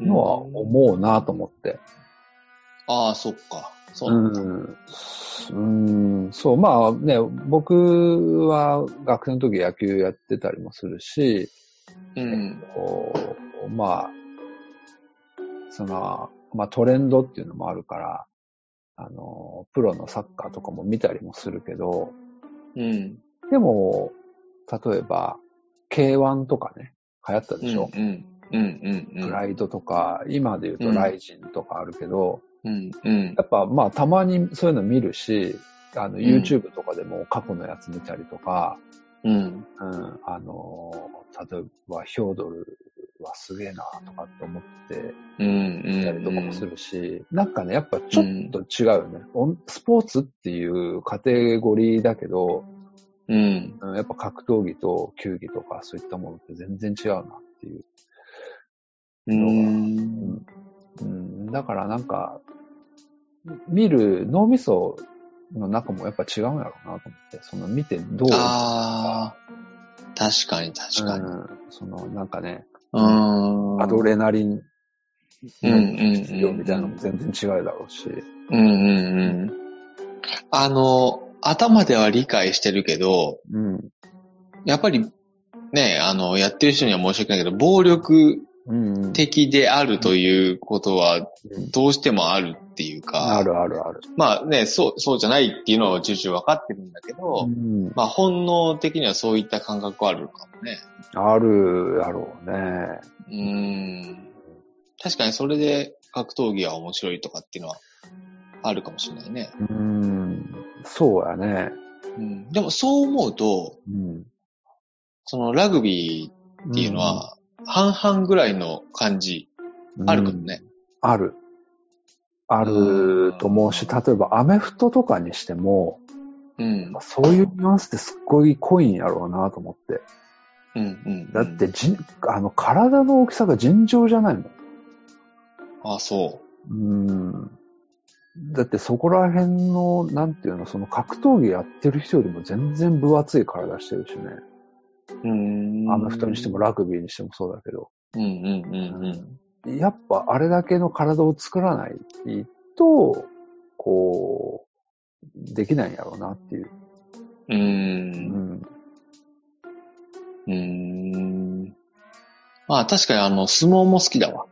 [SPEAKER 2] のは思うなと思って。
[SPEAKER 3] ああ、そっか。そうう。
[SPEAKER 2] ん、うんそう、まあね、僕は学生の時野球やってたりもするし、
[SPEAKER 3] うん。
[SPEAKER 2] こうまあ、その、まあトレンドっていうのもあるから、あの、プロのサッカーとかも見たりもするけど、
[SPEAKER 3] うん。
[SPEAKER 2] でも、例えば、K1 とかね、流行ったでしょ、
[SPEAKER 3] うん。うん。うん。うん。
[SPEAKER 2] プライドとか、今で言うとライジンとかあるけど、
[SPEAKER 3] うん。うん。
[SPEAKER 2] やっぱまあたまにそういうの見るし、あの YouTube とかでも過去のやつ見たりとか、
[SPEAKER 3] うん。
[SPEAKER 2] うん、あのー、例えばヒョードルはすげえなとかって思って
[SPEAKER 3] うん。
[SPEAKER 2] 見たりとかもするし、なんかね、やっぱちょっと違うよね、オンスポーツっていうカテゴリーだけど、
[SPEAKER 3] うん。
[SPEAKER 2] うんやっぱ格闘技と球技とかそういったものって全然違うなっていう。
[SPEAKER 3] うん。
[SPEAKER 2] うん、だからなんか、見る脳みその中もやっぱ違うんやろうなと思って、その見てどう、
[SPEAKER 3] ああ。確かに、確かに。
[SPEAKER 2] うん、そのなんかね、
[SPEAKER 3] うん。
[SPEAKER 2] アドレナリン
[SPEAKER 3] うんうんうん
[SPEAKER 2] の量みたいなのも全然違うだろうし、
[SPEAKER 3] うんうんうん。あの、頭では理解してるけど、
[SPEAKER 2] うん、
[SPEAKER 3] やっぱり、ね、あの、やってる人には申し訳ないけど、暴力
[SPEAKER 2] うん、
[SPEAKER 3] 的であるということは、
[SPEAKER 2] うん
[SPEAKER 3] どうしてもあるっていうか、
[SPEAKER 2] あるあるある。
[SPEAKER 3] まあね、そう、そうじゃないっていうのは重々わかってるんだけど、
[SPEAKER 2] うん、
[SPEAKER 3] まあ本能的にはそういった感覚はあるかもね。
[SPEAKER 2] あるやろうね。
[SPEAKER 3] うん。確かにそれで格闘技は面白いとかっていうのはあるかもしれないね。
[SPEAKER 2] うん、そうやね。
[SPEAKER 3] うん。でもそう思うと、
[SPEAKER 2] うん、っ
[SPEAKER 3] そのラグビーっていうの、は、半々ぐらいの感じ、あるかもね。
[SPEAKER 2] ある。あると思うし、例えばアメフトとかにしても、
[SPEAKER 3] うん。
[SPEAKER 2] そういうニュアンスってすっごい濃いんやろうなと思って。
[SPEAKER 3] うん。うん。
[SPEAKER 2] だって、じん、あの、体の大きさが尋常じゃないも
[SPEAKER 3] あ、そ
[SPEAKER 2] ん。うん。だってそこら辺の、なんていうの、その格闘技やってる人よりも全然分厚い体してるしね。
[SPEAKER 3] う。うん
[SPEAKER 2] アメフトにしても。ラグビーにしてもそうだけど。
[SPEAKER 3] うんうんうんうん。
[SPEAKER 2] やっぱあれだけの体を作らないと、こう、できないんやろうなっていう。
[SPEAKER 3] う。
[SPEAKER 2] うんん。
[SPEAKER 3] うん。まあ確かにあの、相撲も好きだわ。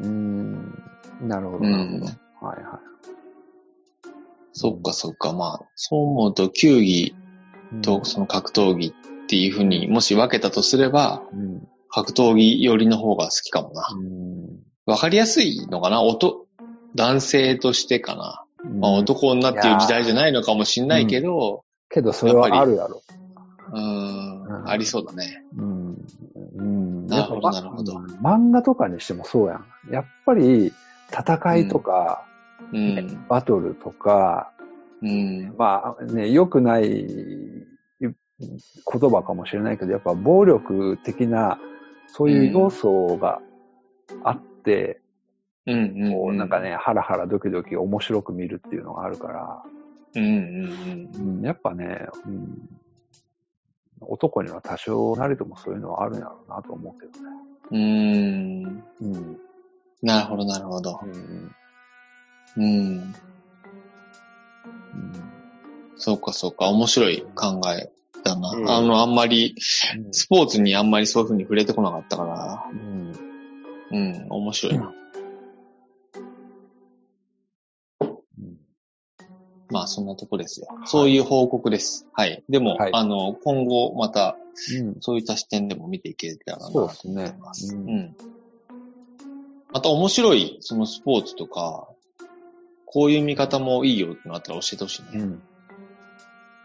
[SPEAKER 2] うん。なるほど、
[SPEAKER 3] うん
[SPEAKER 2] なるほど。はいは
[SPEAKER 3] そっかそっか。まあ、そう思うと、球技
[SPEAKER 2] い。
[SPEAKER 3] とその格闘技っていうふうに、もし分けたとすれば、
[SPEAKER 2] うん。
[SPEAKER 3] 格闘技寄りの方が好きかもな。
[SPEAKER 2] うん。
[SPEAKER 3] わかりやすいのかな音、男性としてかな。まあ、男女っていう時代じゃないのかもしんないけど、
[SPEAKER 2] けどそれはあるやろ。
[SPEAKER 3] うーん、
[SPEAKER 2] うん
[SPEAKER 3] ありそうだね。
[SPEAKER 2] うん。うん。
[SPEAKER 3] なるほど
[SPEAKER 2] やっぱ
[SPEAKER 3] なるほど
[SPEAKER 2] うん漫画とかにしてもそうやん。やっぱり、戦いとか、
[SPEAKER 3] うん、
[SPEAKER 2] バトルとか、
[SPEAKER 3] うん、
[SPEAKER 2] まあね、良くない言葉かもしれないけど、やっぱ暴力的な、そういう要素があって、
[SPEAKER 3] うん、うん。
[SPEAKER 2] こうなんか。ね、ハラハラドキドキ面白く見るっていうのがあるから、
[SPEAKER 3] うん、うん、
[SPEAKER 2] うん、やっぱね、うん、男には多少なりともそういうのはあるんやろうなと思うけどね。
[SPEAKER 3] うん。うん。
[SPEAKER 2] うん。
[SPEAKER 3] なるほど、なるほど。
[SPEAKER 2] うん。
[SPEAKER 3] うん。そうか、そうか。面白い考えだな。
[SPEAKER 2] うん
[SPEAKER 3] あの、あんまり、スポーツにあんまりそういう風に触れてこなかったから、
[SPEAKER 2] うん。
[SPEAKER 3] うん、面白いな。
[SPEAKER 2] うん
[SPEAKER 3] まあ、そんなとこですよ。そういう報告です。はい。でも、
[SPEAKER 2] はい
[SPEAKER 3] あの、今後、また、
[SPEAKER 2] うん。
[SPEAKER 3] そういった視点でも見ていけたらなと
[SPEAKER 2] そう
[SPEAKER 3] 思
[SPEAKER 2] ですね
[SPEAKER 3] ってます。
[SPEAKER 2] うん
[SPEAKER 3] うんまた面白い、そのスポーツとか、こういう見方もいいよってのあったら教えてほしいね。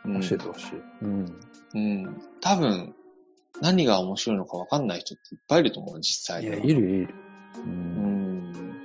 [SPEAKER 2] うん。教え
[SPEAKER 3] て
[SPEAKER 2] てほしい。うん。
[SPEAKER 3] うん。多分、何が面白いのか分かんない人っていっぱいいると思う、実際
[SPEAKER 2] い
[SPEAKER 3] に
[SPEAKER 2] や、。
[SPEAKER 3] はい
[SPEAKER 2] るいる。う。
[SPEAKER 3] うんん。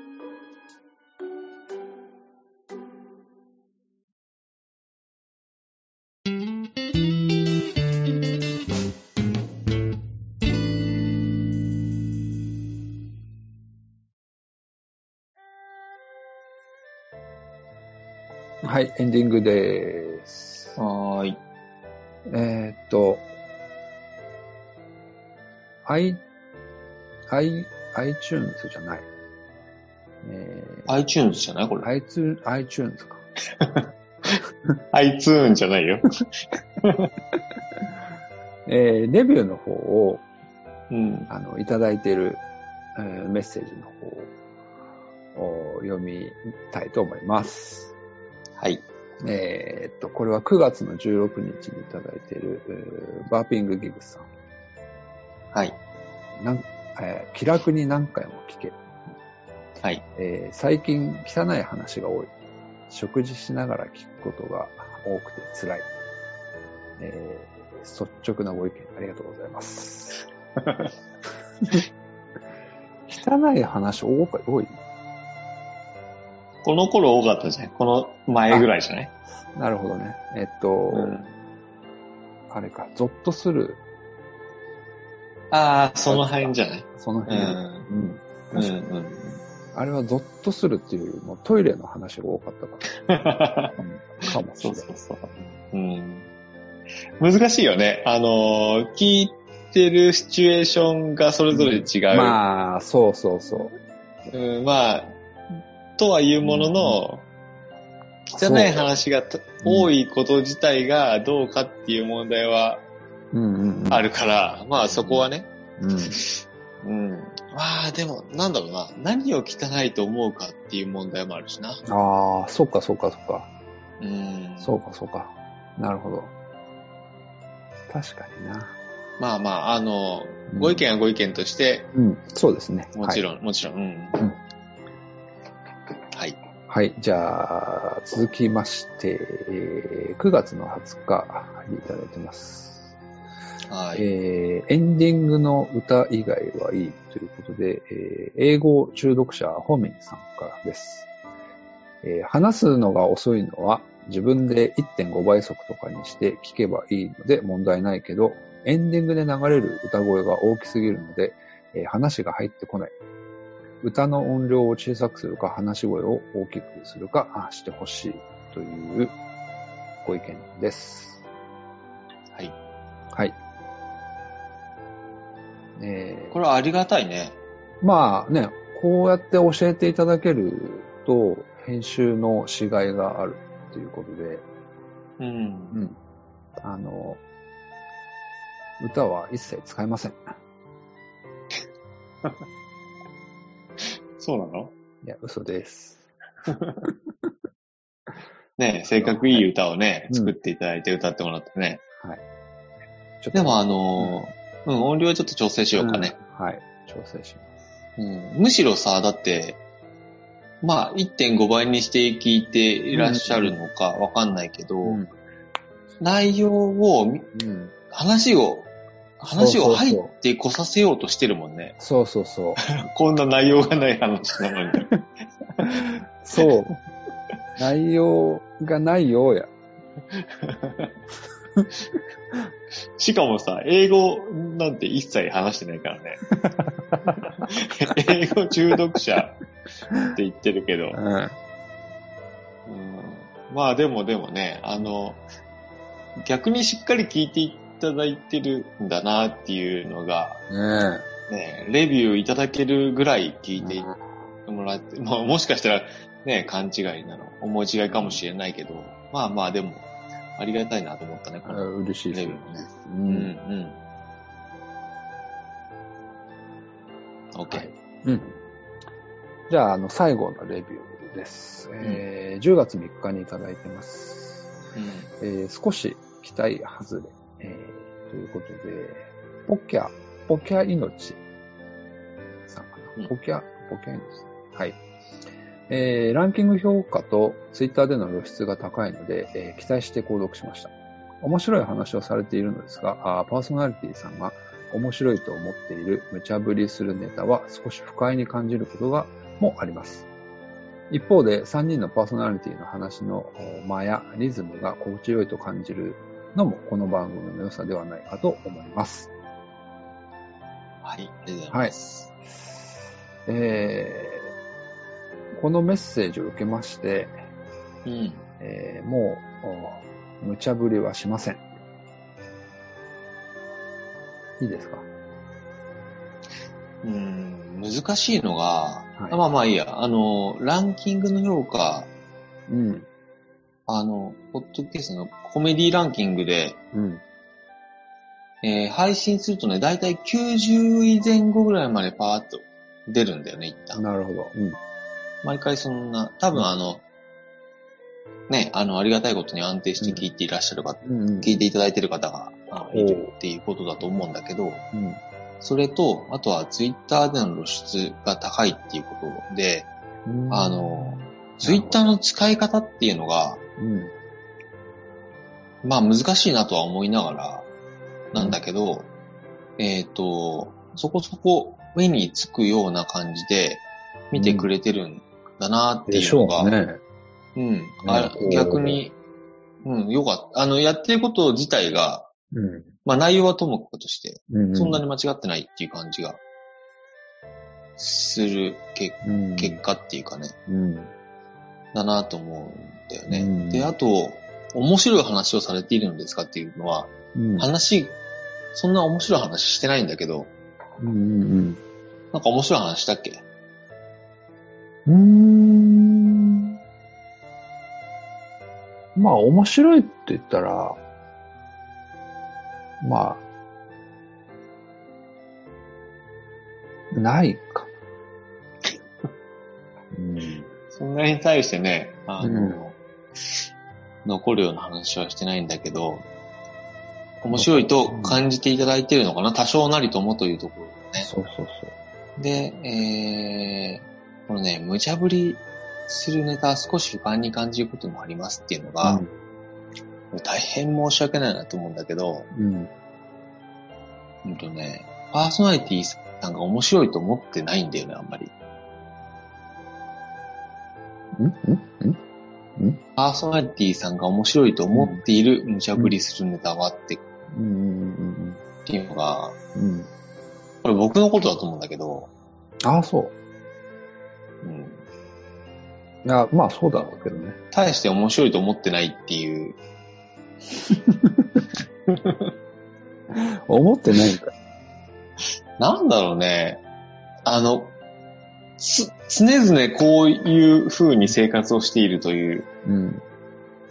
[SPEAKER 2] はい、エンディングです。
[SPEAKER 3] はーい。
[SPEAKER 2] えーっと、i、i、iTunes じゃない。え
[SPEAKER 3] iTunes じゃないこ
[SPEAKER 2] ー、
[SPEAKER 3] れ。
[SPEAKER 2] iTunes, iTunes か。
[SPEAKER 3] iTunes じゃないよ。
[SPEAKER 2] えー、レビューの方を、
[SPEAKER 3] うん。
[SPEAKER 2] あの、いただいている、えーメッセージの方をお読みたいと思います。
[SPEAKER 3] はい。
[SPEAKER 2] えーっと、これは9月の16日にいただいている、えーバーピングギグさ
[SPEAKER 3] はい。
[SPEAKER 2] ん。なんえー気楽に何回も聞ける。
[SPEAKER 3] はい。
[SPEAKER 2] えー最近汚い話が多い。食事しながら聞くことが多くて辛い。えー率直なご意見ありがとうございます。 汚い話多か多い
[SPEAKER 3] この頃多かったじゃん。この前ぐらいじゃない
[SPEAKER 2] なるほどね。えっと、
[SPEAKER 3] うん。
[SPEAKER 2] あれか、ゾッとする、
[SPEAKER 3] ああ、その辺じゃない
[SPEAKER 2] その
[SPEAKER 3] う
[SPEAKER 2] 辺。
[SPEAKER 3] ん。
[SPEAKER 2] うん
[SPEAKER 3] うんうん。
[SPEAKER 2] あれはゾッとするっていうよりもトイレの話が多かったから、うんかもし
[SPEAKER 3] そ
[SPEAKER 2] れ
[SPEAKER 3] う
[SPEAKER 2] な
[SPEAKER 3] そ。
[SPEAKER 2] いう
[SPEAKER 3] そう。うん。難しいよね。あのー、聞いてるシチュエーションがそれぞれ違う。
[SPEAKER 2] まあ、そうそうそう。
[SPEAKER 3] うん、まあ、とはいうものの、汚い話がた多いこと自体がどうかっていう問題は
[SPEAKER 2] うんうんうん。
[SPEAKER 3] あるから、まあそこはね、
[SPEAKER 2] うん。
[SPEAKER 3] うん。まあでも、なんだろうな、何を汚いと思うかっていう問題もあるしな。
[SPEAKER 2] ああ、そうかそうかそうか。
[SPEAKER 3] うん。
[SPEAKER 2] そうか、そうか。なるほど。確かにな。
[SPEAKER 3] まあまあ、あの、ご意見はご意見として、
[SPEAKER 2] うん、そうですね。
[SPEAKER 3] もち
[SPEAKER 2] ん。
[SPEAKER 3] ろん、もちろん、うん。
[SPEAKER 2] ん
[SPEAKER 3] はい。
[SPEAKER 2] はい。はいじゃあ、続きまして、えー9月の20日にいただいてます。
[SPEAKER 3] はい。
[SPEAKER 2] えーエンディングの歌以外はいいということで、えー英語中毒者ホミンさんからです、えー話すのが遅いのは自分で1.5倍速とかにして聞けばいいので問題ないけど、エンディングで流れる歌声が大きすぎるので、えー話が入ってこない。歌の音量を小さくするか、話し声を大きくするかあしてほしいというご意見です。
[SPEAKER 3] はい。
[SPEAKER 2] はい。え
[SPEAKER 3] これはありがたいね。
[SPEAKER 2] ー、まあね、こうやって教えていただけると、編集のしがいがあるっていうことで、
[SPEAKER 3] うん。
[SPEAKER 2] うん。あの、歌は一切使いません。
[SPEAKER 3] そうなの
[SPEAKER 2] いや、嘘です。
[SPEAKER 3] ねせっかくいい歌をね、
[SPEAKER 2] うん
[SPEAKER 3] 作っていただいて歌ってもらってね。
[SPEAKER 2] ちょっと
[SPEAKER 3] でもあのーうん、音量はちょっと調整しようかね。
[SPEAKER 2] うんはい、調整します。
[SPEAKER 3] うんむしろさ、だって、まあ1.5倍にして聞いていらっしゃるのかわかんないけど、
[SPEAKER 2] うん
[SPEAKER 3] 内容をみ、
[SPEAKER 2] うん。
[SPEAKER 3] 話を、
[SPEAKER 2] そ
[SPEAKER 3] 話
[SPEAKER 2] う
[SPEAKER 3] を
[SPEAKER 2] そう
[SPEAKER 3] 入
[SPEAKER 2] そう
[SPEAKER 3] ってこさせようとしてるもんね。
[SPEAKER 2] そうそうそう。
[SPEAKER 3] こんな内容がない話なのに。
[SPEAKER 2] そう。内容がないようや。
[SPEAKER 3] しかもさ、英語なんて一切話してないか らね。英語中毒者って言ってるけ
[SPEAKER 2] う
[SPEAKER 3] ど。
[SPEAKER 2] ん。
[SPEAKER 3] うんまあでもでもね、あの、逆にしっかり聞いていただいてるんだなっていうのが、
[SPEAKER 2] ね
[SPEAKER 3] ね、レビューいただけるぐらい聞いてもらって、まあもしかしたらね、勘違いなの、思い違いかもしれないけど、まあまあでも、ありがたいなと思ったね、
[SPEAKER 2] え。
[SPEAKER 3] この
[SPEAKER 2] 嬉しいです
[SPEAKER 3] レ
[SPEAKER 2] よ
[SPEAKER 3] ビ
[SPEAKER 2] ね
[SPEAKER 3] ュ。ーね。
[SPEAKER 2] う。
[SPEAKER 3] うんうんん。OK、
[SPEAKER 2] はいうん。じゃあ、あの、最後のレビューです。えー10月3日にいただいてます。
[SPEAKER 3] うん
[SPEAKER 2] えー少し期待外れ、えーということで、ポキャ、ポキャ命さんか
[SPEAKER 3] うん
[SPEAKER 2] な。ポキャ、ポキャ命さんはい。えーランキング評価とツイッターでの露出が高いので、えー期待して購読しました。面白い話をされているのですが、あーパーソナリティさんが面白いと思っている無茶ぶりするネタは少し不快に感じることがもあります。一方で3人のパーソナリティの話のお間やリズムが心地よいと感じるのもこの番組の良さではないかと思います。
[SPEAKER 3] はい、ありがとうございます。
[SPEAKER 2] えーこのメッセージを受けまして、
[SPEAKER 3] うん。
[SPEAKER 2] ええーもう、お無茶ぶりはしません。いいですか
[SPEAKER 3] うん、難しいのが、
[SPEAKER 2] はい
[SPEAKER 3] あまあまあいいや、あの、ランキングの評価、
[SPEAKER 2] うん。
[SPEAKER 3] あの、ポッドキャストのコメディランキングで、
[SPEAKER 2] うん。
[SPEAKER 3] えー配信するとね、だいたい90位前後ぐらいまでパーッと出るんだよね、一旦。
[SPEAKER 2] なるほど。うん。
[SPEAKER 3] 毎回そんな、多分あの、ね、あの、ありがたいことに安定して聞いていらっしゃる方、
[SPEAKER 2] うん、うん。
[SPEAKER 3] 聞いていただいている方があいるっていうことだと思うんだけど、
[SPEAKER 2] うん。
[SPEAKER 3] それと、あとはツイッターでの露出が高いっていうことで、
[SPEAKER 2] うん
[SPEAKER 3] あ、の、ツイッターの使い方っていうのが、
[SPEAKER 2] うん。
[SPEAKER 3] まあ難しいなとは思いながら、なんだけど、えっ、と、そこそこ目につくような感じで見てくれてるんだなって
[SPEAKER 2] で
[SPEAKER 3] いう
[SPEAKER 2] し
[SPEAKER 3] の
[SPEAKER 2] ょ
[SPEAKER 3] が、
[SPEAKER 2] うね。
[SPEAKER 3] うん。あ
[SPEAKER 2] こう
[SPEAKER 3] 逆に、うん、よかった。あの、やってること自体が、
[SPEAKER 2] うん
[SPEAKER 3] まあ内容はともかくとして、
[SPEAKER 2] うん。
[SPEAKER 3] そんなに間違ってないっていう感じが、する結
[SPEAKER 2] うん、
[SPEAKER 3] 結果っていうかね、
[SPEAKER 2] うん。
[SPEAKER 3] だなと思うんだよね。
[SPEAKER 2] うん
[SPEAKER 3] で、あと、面白い話をされているのですかっていうのは、
[SPEAKER 2] うん。
[SPEAKER 3] 話、そんな面白い話してないんだけど、
[SPEAKER 2] うんうん
[SPEAKER 3] なんか面白い話したっけ
[SPEAKER 2] うん。うーん。まあ、面白いって言ったら、まあ、ないか。うん。
[SPEAKER 3] そんなに対してね、あの、
[SPEAKER 2] うん
[SPEAKER 3] 残るような話はしてないんだけど、面白いと感じていただいてるのかな、多少なりともというところね。
[SPEAKER 2] そうそう
[SPEAKER 3] で、えー、このね、無茶ぶりするネタ少し不安に感じることもありますっていうのが、
[SPEAKER 2] そう。
[SPEAKER 3] 大変申し訳ないなと思うんだけど、
[SPEAKER 2] うん。
[SPEAKER 3] うんとね、パーソナリティさんが面白いと思ってないんだよね、あんまり。
[SPEAKER 2] うん。うん。ん
[SPEAKER 3] パーソナリティさんが面白いと思っている無茶ぶりするネタはって
[SPEAKER 2] うん。うん。
[SPEAKER 3] っていうのが、
[SPEAKER 2] うん。
[SPEAKER 3] これ僕のことだと思うんだけど、
[SPEAKER 2] ああ、そ
[SPEAKER 3] うん、
[SPEAKER 2] う。あまあ、そうだろうけどね。
[SPEAKER 3] 大して面白いと思ってないっていう、
[SPEAKER 2] 思ってないんか。
[SPEAKER 3] なんだろうね、あの、つ、常々こういう風に生活をしているという、
[SPEAKER 2] うん。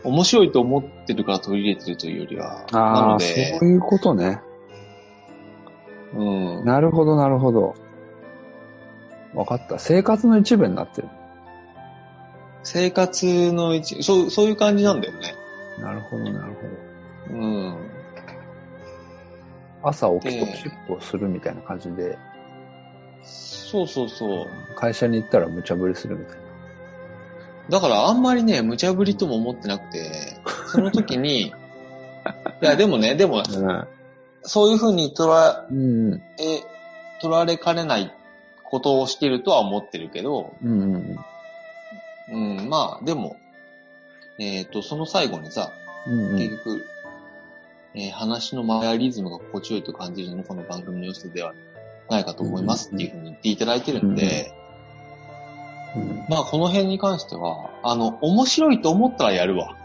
[SPEAKER 3] 面白いと思ってるから取り入れてるというよりは、な
[SPEAKER 2] あ
[SPEAKER 3] の
[SPEAKER 2] あ、
[SPEAKER 3] で
[SPEAKER 2] そう、いうことね。
[SPEAKER 3] うん、
[SPEAKER 2] なるほど、なるほど。わかった。生活の一部になってる。
[SPEAKER 3] 生活の一、そう、そういう感じなんだよね。
[SPEAKER 2] なるほど、なるほど。
[SPEAKER 3] うん。
[SPEAKER 2] 朝起きて
[SPEAKER 3] ええ
[SPEAKER 2] おしっこをするみたいな感じで、
[SPEAKER 3] そうそうそう。
[SPEAKER 2] 会社に行ったら無茶ぶりするみたいな。
[SPEAKER 3] だからあんまりね、無茶ぶりとも思ってなくて、その時 に、いや、でもね、でも、そういう風に捉
[SPEAKER 2] うん。うん。
[SPEAKER 3] え、取られかねないことをしてるとは思ってるけど、
[SPEAKER 2] うん。うん。
[SPEAKER 3] うん、まあ、でも、えっ、と、その最後にさ、
[SPEAKER 2] うん。
[SPEAKER 3] 結局、えー話の前やリズムが心地よいと感じるのもこの番組の様子ではないかと思いますっていう風に言っていただいてるんで、
[SPEAKER 2] うん
[SPEAKER 3] まあ、この辺に関しては、あの、面白いと思ったらやるわ。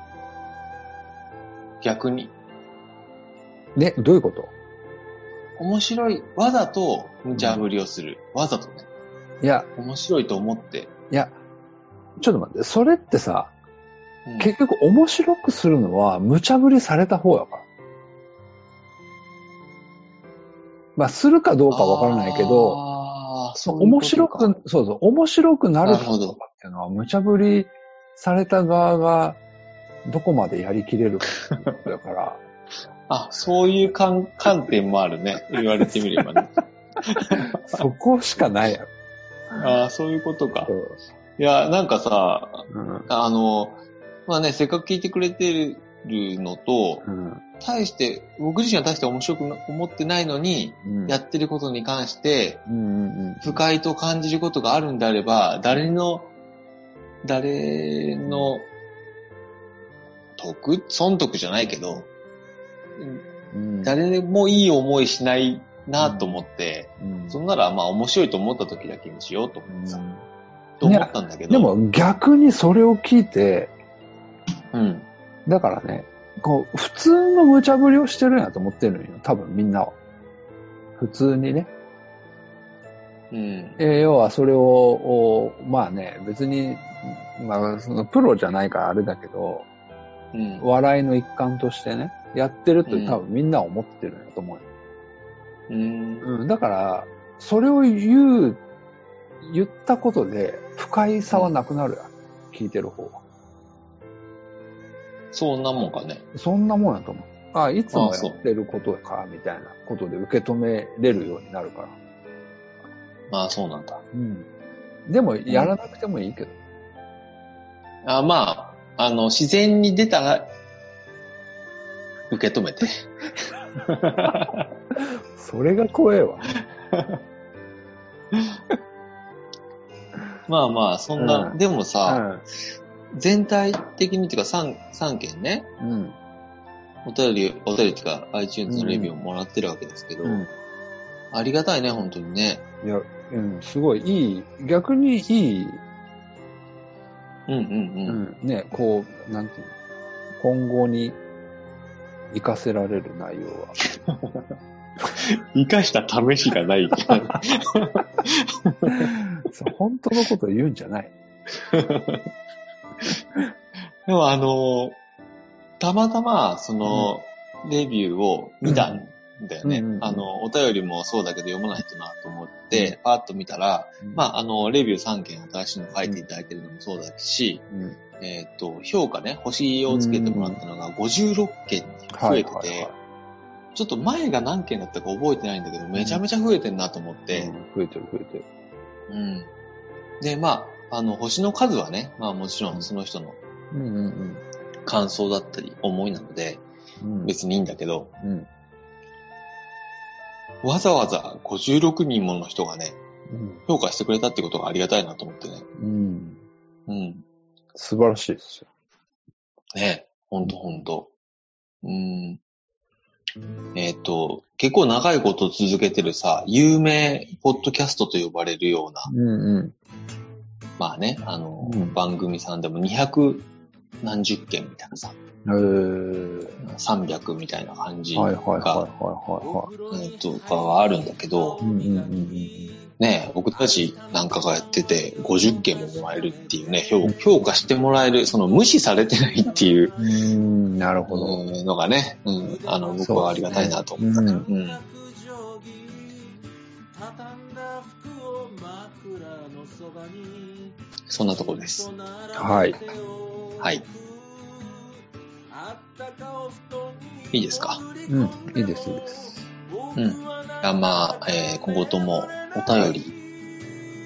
[SPEAKER 3] 逆に。
[SPEAKER 2] ね、どういうこと
[SPEAKER 3] 面白い、わざと無茶ぶりをする。わざとね。
[SPEAKER 2] いや、
[SPEAKER 3] 面白いと思って。
[SPEAKER 2] いや、ちょっと待って。それってさ、
[SPEAKER 3] うん
[SPEAKER 2] 結局面白くするのは無茶ぶりされた方やから。まあ、するかどうかわからないけど、
[SPEAKER 3] あー、そういうこ
[SPEAKER 2] 面
[SPEAKER 3] と
[SPEAKER 2] 白
[SPEAKER 3] か
[SPEAKER 2] く、そうそう、面白くなる
[SPEAKER 3] なるほど
[SPEAKER 2] とかっていうのは、無茶ぶりされた側が、どこまでやりきれるかっていうことだから、
[SPEAKER 3] あ、そういう観観点もあるね。言われてみればね。
[SPEAKER 2] そこしかないや
[SPEAKER 3] ああ、そういうことか。
[SPEAKER 2] ろ。
[SPEAKER 3] いや、なんかさ、
[SPEAKER 2] うん。
[SPEAKER 3] あの、まあね、せっかく聞いてくれてるのと、
[SPEAKER 2] うん。
[SPEAKER 3] 対して、僕自身は大して面白くな思ってないのに、
[SPEAKER 2] うん。
[SPEAKER 3] やってることに関して、
[SPEAKER 2] うんうん
[SPEAKER 3] 不快と感じることがあるんであれば、誰の、誰の、得損得じゃないけど、
[SPEAKER 2] うん。
[SPEAKER 3] 誰でもいい思いしないなと思って、
[SPEAKER 2] うん
[SPEAKER 3] そんならまあ面白いと思った時だけにしようと思ってさ、と思ったんだけど。
[SPEAKER 2] でも逆にそれを聞いて、
[SPEAKER 3] うん。
[SPEAKER 2] だからね、こう、普通の無茶ぶりをしてるんやと思ってるんよ。多分みんなは。普通にね。
[SPEAKER 3] うん。
[SPEAKER 2] えー要はそれを、おまあね、別に、まあ、そのプロじゃないからあれだけど、
[SPEAKER 3] うん。
[SPEAKER 2] 笑いの一環としてね、やってるって
[SPEAKER 3] うん
[SPEAKER 2] 多分みんな思ってるんやと思うよ。
[SPEAKER 3] うん。
[SPEAKER 2] うん、だから、それを言う、言ったことで、不快さはなくなるやん。聞いてる方は。
[SPEAKER 3] そんなもんかね。
[SPEAKER 2] そんなもんやと思う。あ、いつ
[SPEAKER 3] あ
[SPEAKER 2] も
[SPEAKER 3] そう
[SPEAKER 2] やってることか、みたいなことで受け止めれるようになるから。
[SPEAKER 3] ああ、そうなんだ。
[SPEAKER 2] うん。でも、やらなくてもいいけど。
[SPEAKER 3] あまあ、あの、自然に出たら、受け止めて。
[SPEAKER 2] それが怖えわ。
[SPEAKER 3] まあまあ、そんな、
[SPEAKER 2] うん
[SPEAKER 3] でもさ、全体的にっていうか 3, 三件ね、
[SPEAKER 2] うん。うん。
[SPEAKER 3] お便り、お便りっていうか iTunes のレビューをもらってるわけですけど、
[SPEAKER 2] うん。
[SPEAKER 3] ありがたいね、本当にね。
[SPEAKER 2] いや、うん、すごいいい、逆にいい、
[SPEAKER 3] うんうんうん。
[SPEAKER 2] うん、ね、こう、なんていうの、今後に活かせられる内容は。
[SPEAKER 3] 生かした試しが ない。
[SPEAKER 2] そう本当のこと言うんじゃない。
[SPEAKER 3] でもあの、たまたま、その、レビューを見たんだよね。
[SPEAKER 2] うんうんうん
[SPEAKER 3] あの、お便りもそうだけど読まないとなと思って、パーッと見たら、まあ、あの、レビュー3件新しいの書いていただいてるのもそうだし、
[SPEAKER 2] うん、うん
[SPEAKER 3] えっ、と、評価ね、星をつけてもらったのが56件に増えてて、ちょっと前が何件だったか覚えてないんだけど、めちゃめちゃ増えてんなと思って、
[SPEAKER 2] うん増えてる増えてる。
[SPEAKER 3] うん。で、まあ、あの、星の数はね、まあもちろんその人の
[SPEAKER 2] うんうん
[SPEAKER 3] 感想だったり思いなので、
[SPEAKER 2] うん。
[SPEAKER 3] 別にいいんだけど、
[SPEAKER 2] うん。
[SPEAKER 3] わざわざ56人もの人がね、
[SPEAKER 2] うん。
[SPEAKER 3] 評価してくれたってことがありがたいなと思ってね。
[SPEAKER 2] うん。
[SPEAKER 3] うん。
[SPEAKER 2] 素晴らしいですよ。
[SPEAKER 3] ねほんとほんと。うん。えっ、と、結構長いこと続けてるさ、有名ポッドキャストと呼ばれるような、
[SPEAKER 2] うんうん。
[SPEAKER 3] まあね、あの、
[SPEAKER 2] うん
[SPEAKER 3] 番組さんでも200何十件みたいなさ、
[SPEAKER 2] えー、
[SPEAKER 3] 300みたいな感じが、
[SPEAKER 2] はいはいはいは
[SPEAKER 3] えっとかはあるんだけど
[SPEAKER 2] いはい。う、んうんうんうん。
[SPEAKER 3] ね、僕たちなんかがやってて50件ももらえるっていうね、評評価してもらえる、その無視されてないっていう
[SPEAKER 2] うーん、なるほど。
[SPEAKER 3] うんのがね、うん、あの、僕はありがたいなと思ったね。
[SPEAKER 2] う
[SPEAKER 3] うん。そんなところです。
[SPEAKER 2] はい。
[SPEAKER 3] はい。いいですか
[SPEAKER 2] うん、いいですいいです。
[SPEAKER 3] うん。あまあ、えー今後ともお便り、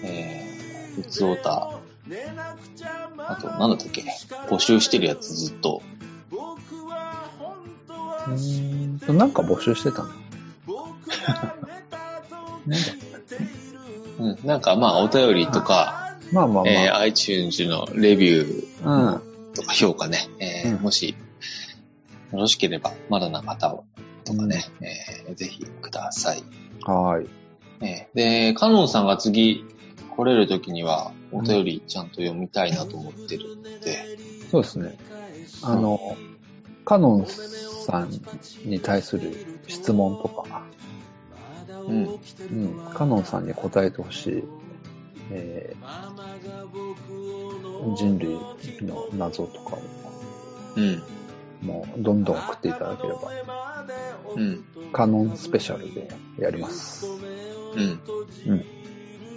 [SPEAKER 3] えー、うつおた、あと、なんだったっけ、募集してるやつずっと、
[SPEAKER 2] うーんと、なん か募集してたのね
[SPEAKER 3] うん、なんかまあ、お便りとか、
[SPEAKER 2] まあまあまあ。
[SPEAKER 3] えー iTunes のレビュー
[SPEAKER 2] うん。
[SPEAKER 3] とか評価ね、えー
[SPEAKER 2] うん
[SPEAKER 3] もし、よろしければ、まだな方はとかね、えーぜひください。
[SPEAKER 2] はい。
[SPEAKER 3] えーで、カノンさんが次来れる時には、お便りちゃんと読みたいなと思ってるんで、
[SPEAKER 2] そうですね。あの、カノンさんに対する質問とか、
[SPEAKER 3] うん、
[SPEAKER 2] うん、カノンさんに答えてほしい、えー人類の謎とかを、
[SPEAKER 3] うん、
[SPEAKER 2] もう、どんどん送っていただければ、
[SPEAKER 3] うん、
[SPEAKER 2] カノンスペシャルでやります。
[SPEAKER 3] うん。
[SPEAKER 2] うん。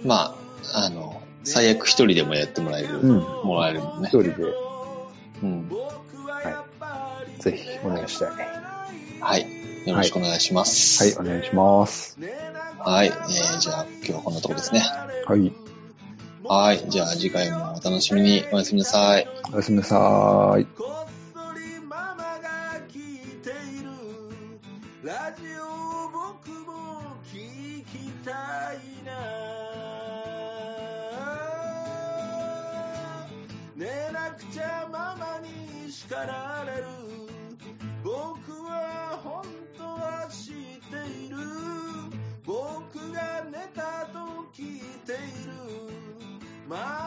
[SPEAKER 3] まあ、あの、最悪一人でもやってもらえる、
[SPEAKER 2] うん。
[SPEAKER 3] もらえるもんね
[SPEAKER 2] 一。人で、
[SPEAKER 3] うん。
[SPEAKER 2] はい。ぜひ、お願いしたい。は
[SPEAKER 3] はい。よろしくお願いします。
[SPEAKER 2] い、お願いします。
[SPEAKER 3] はい。えーじゃあ、今日はこんなとこですね。
[SPEAKER 2] はい。
[SPEAKER 3] はい。じゃあ、次回もお楽しみに。おやすみなさい。
[SPEAKER 2] おやすみなさーい。
[SPEAKER 4] こっそりママが聞いているラジオ僕も聞きたいな寝なくちゃママに叱られる僕は本当は知っている僕が寝たと聞いているマ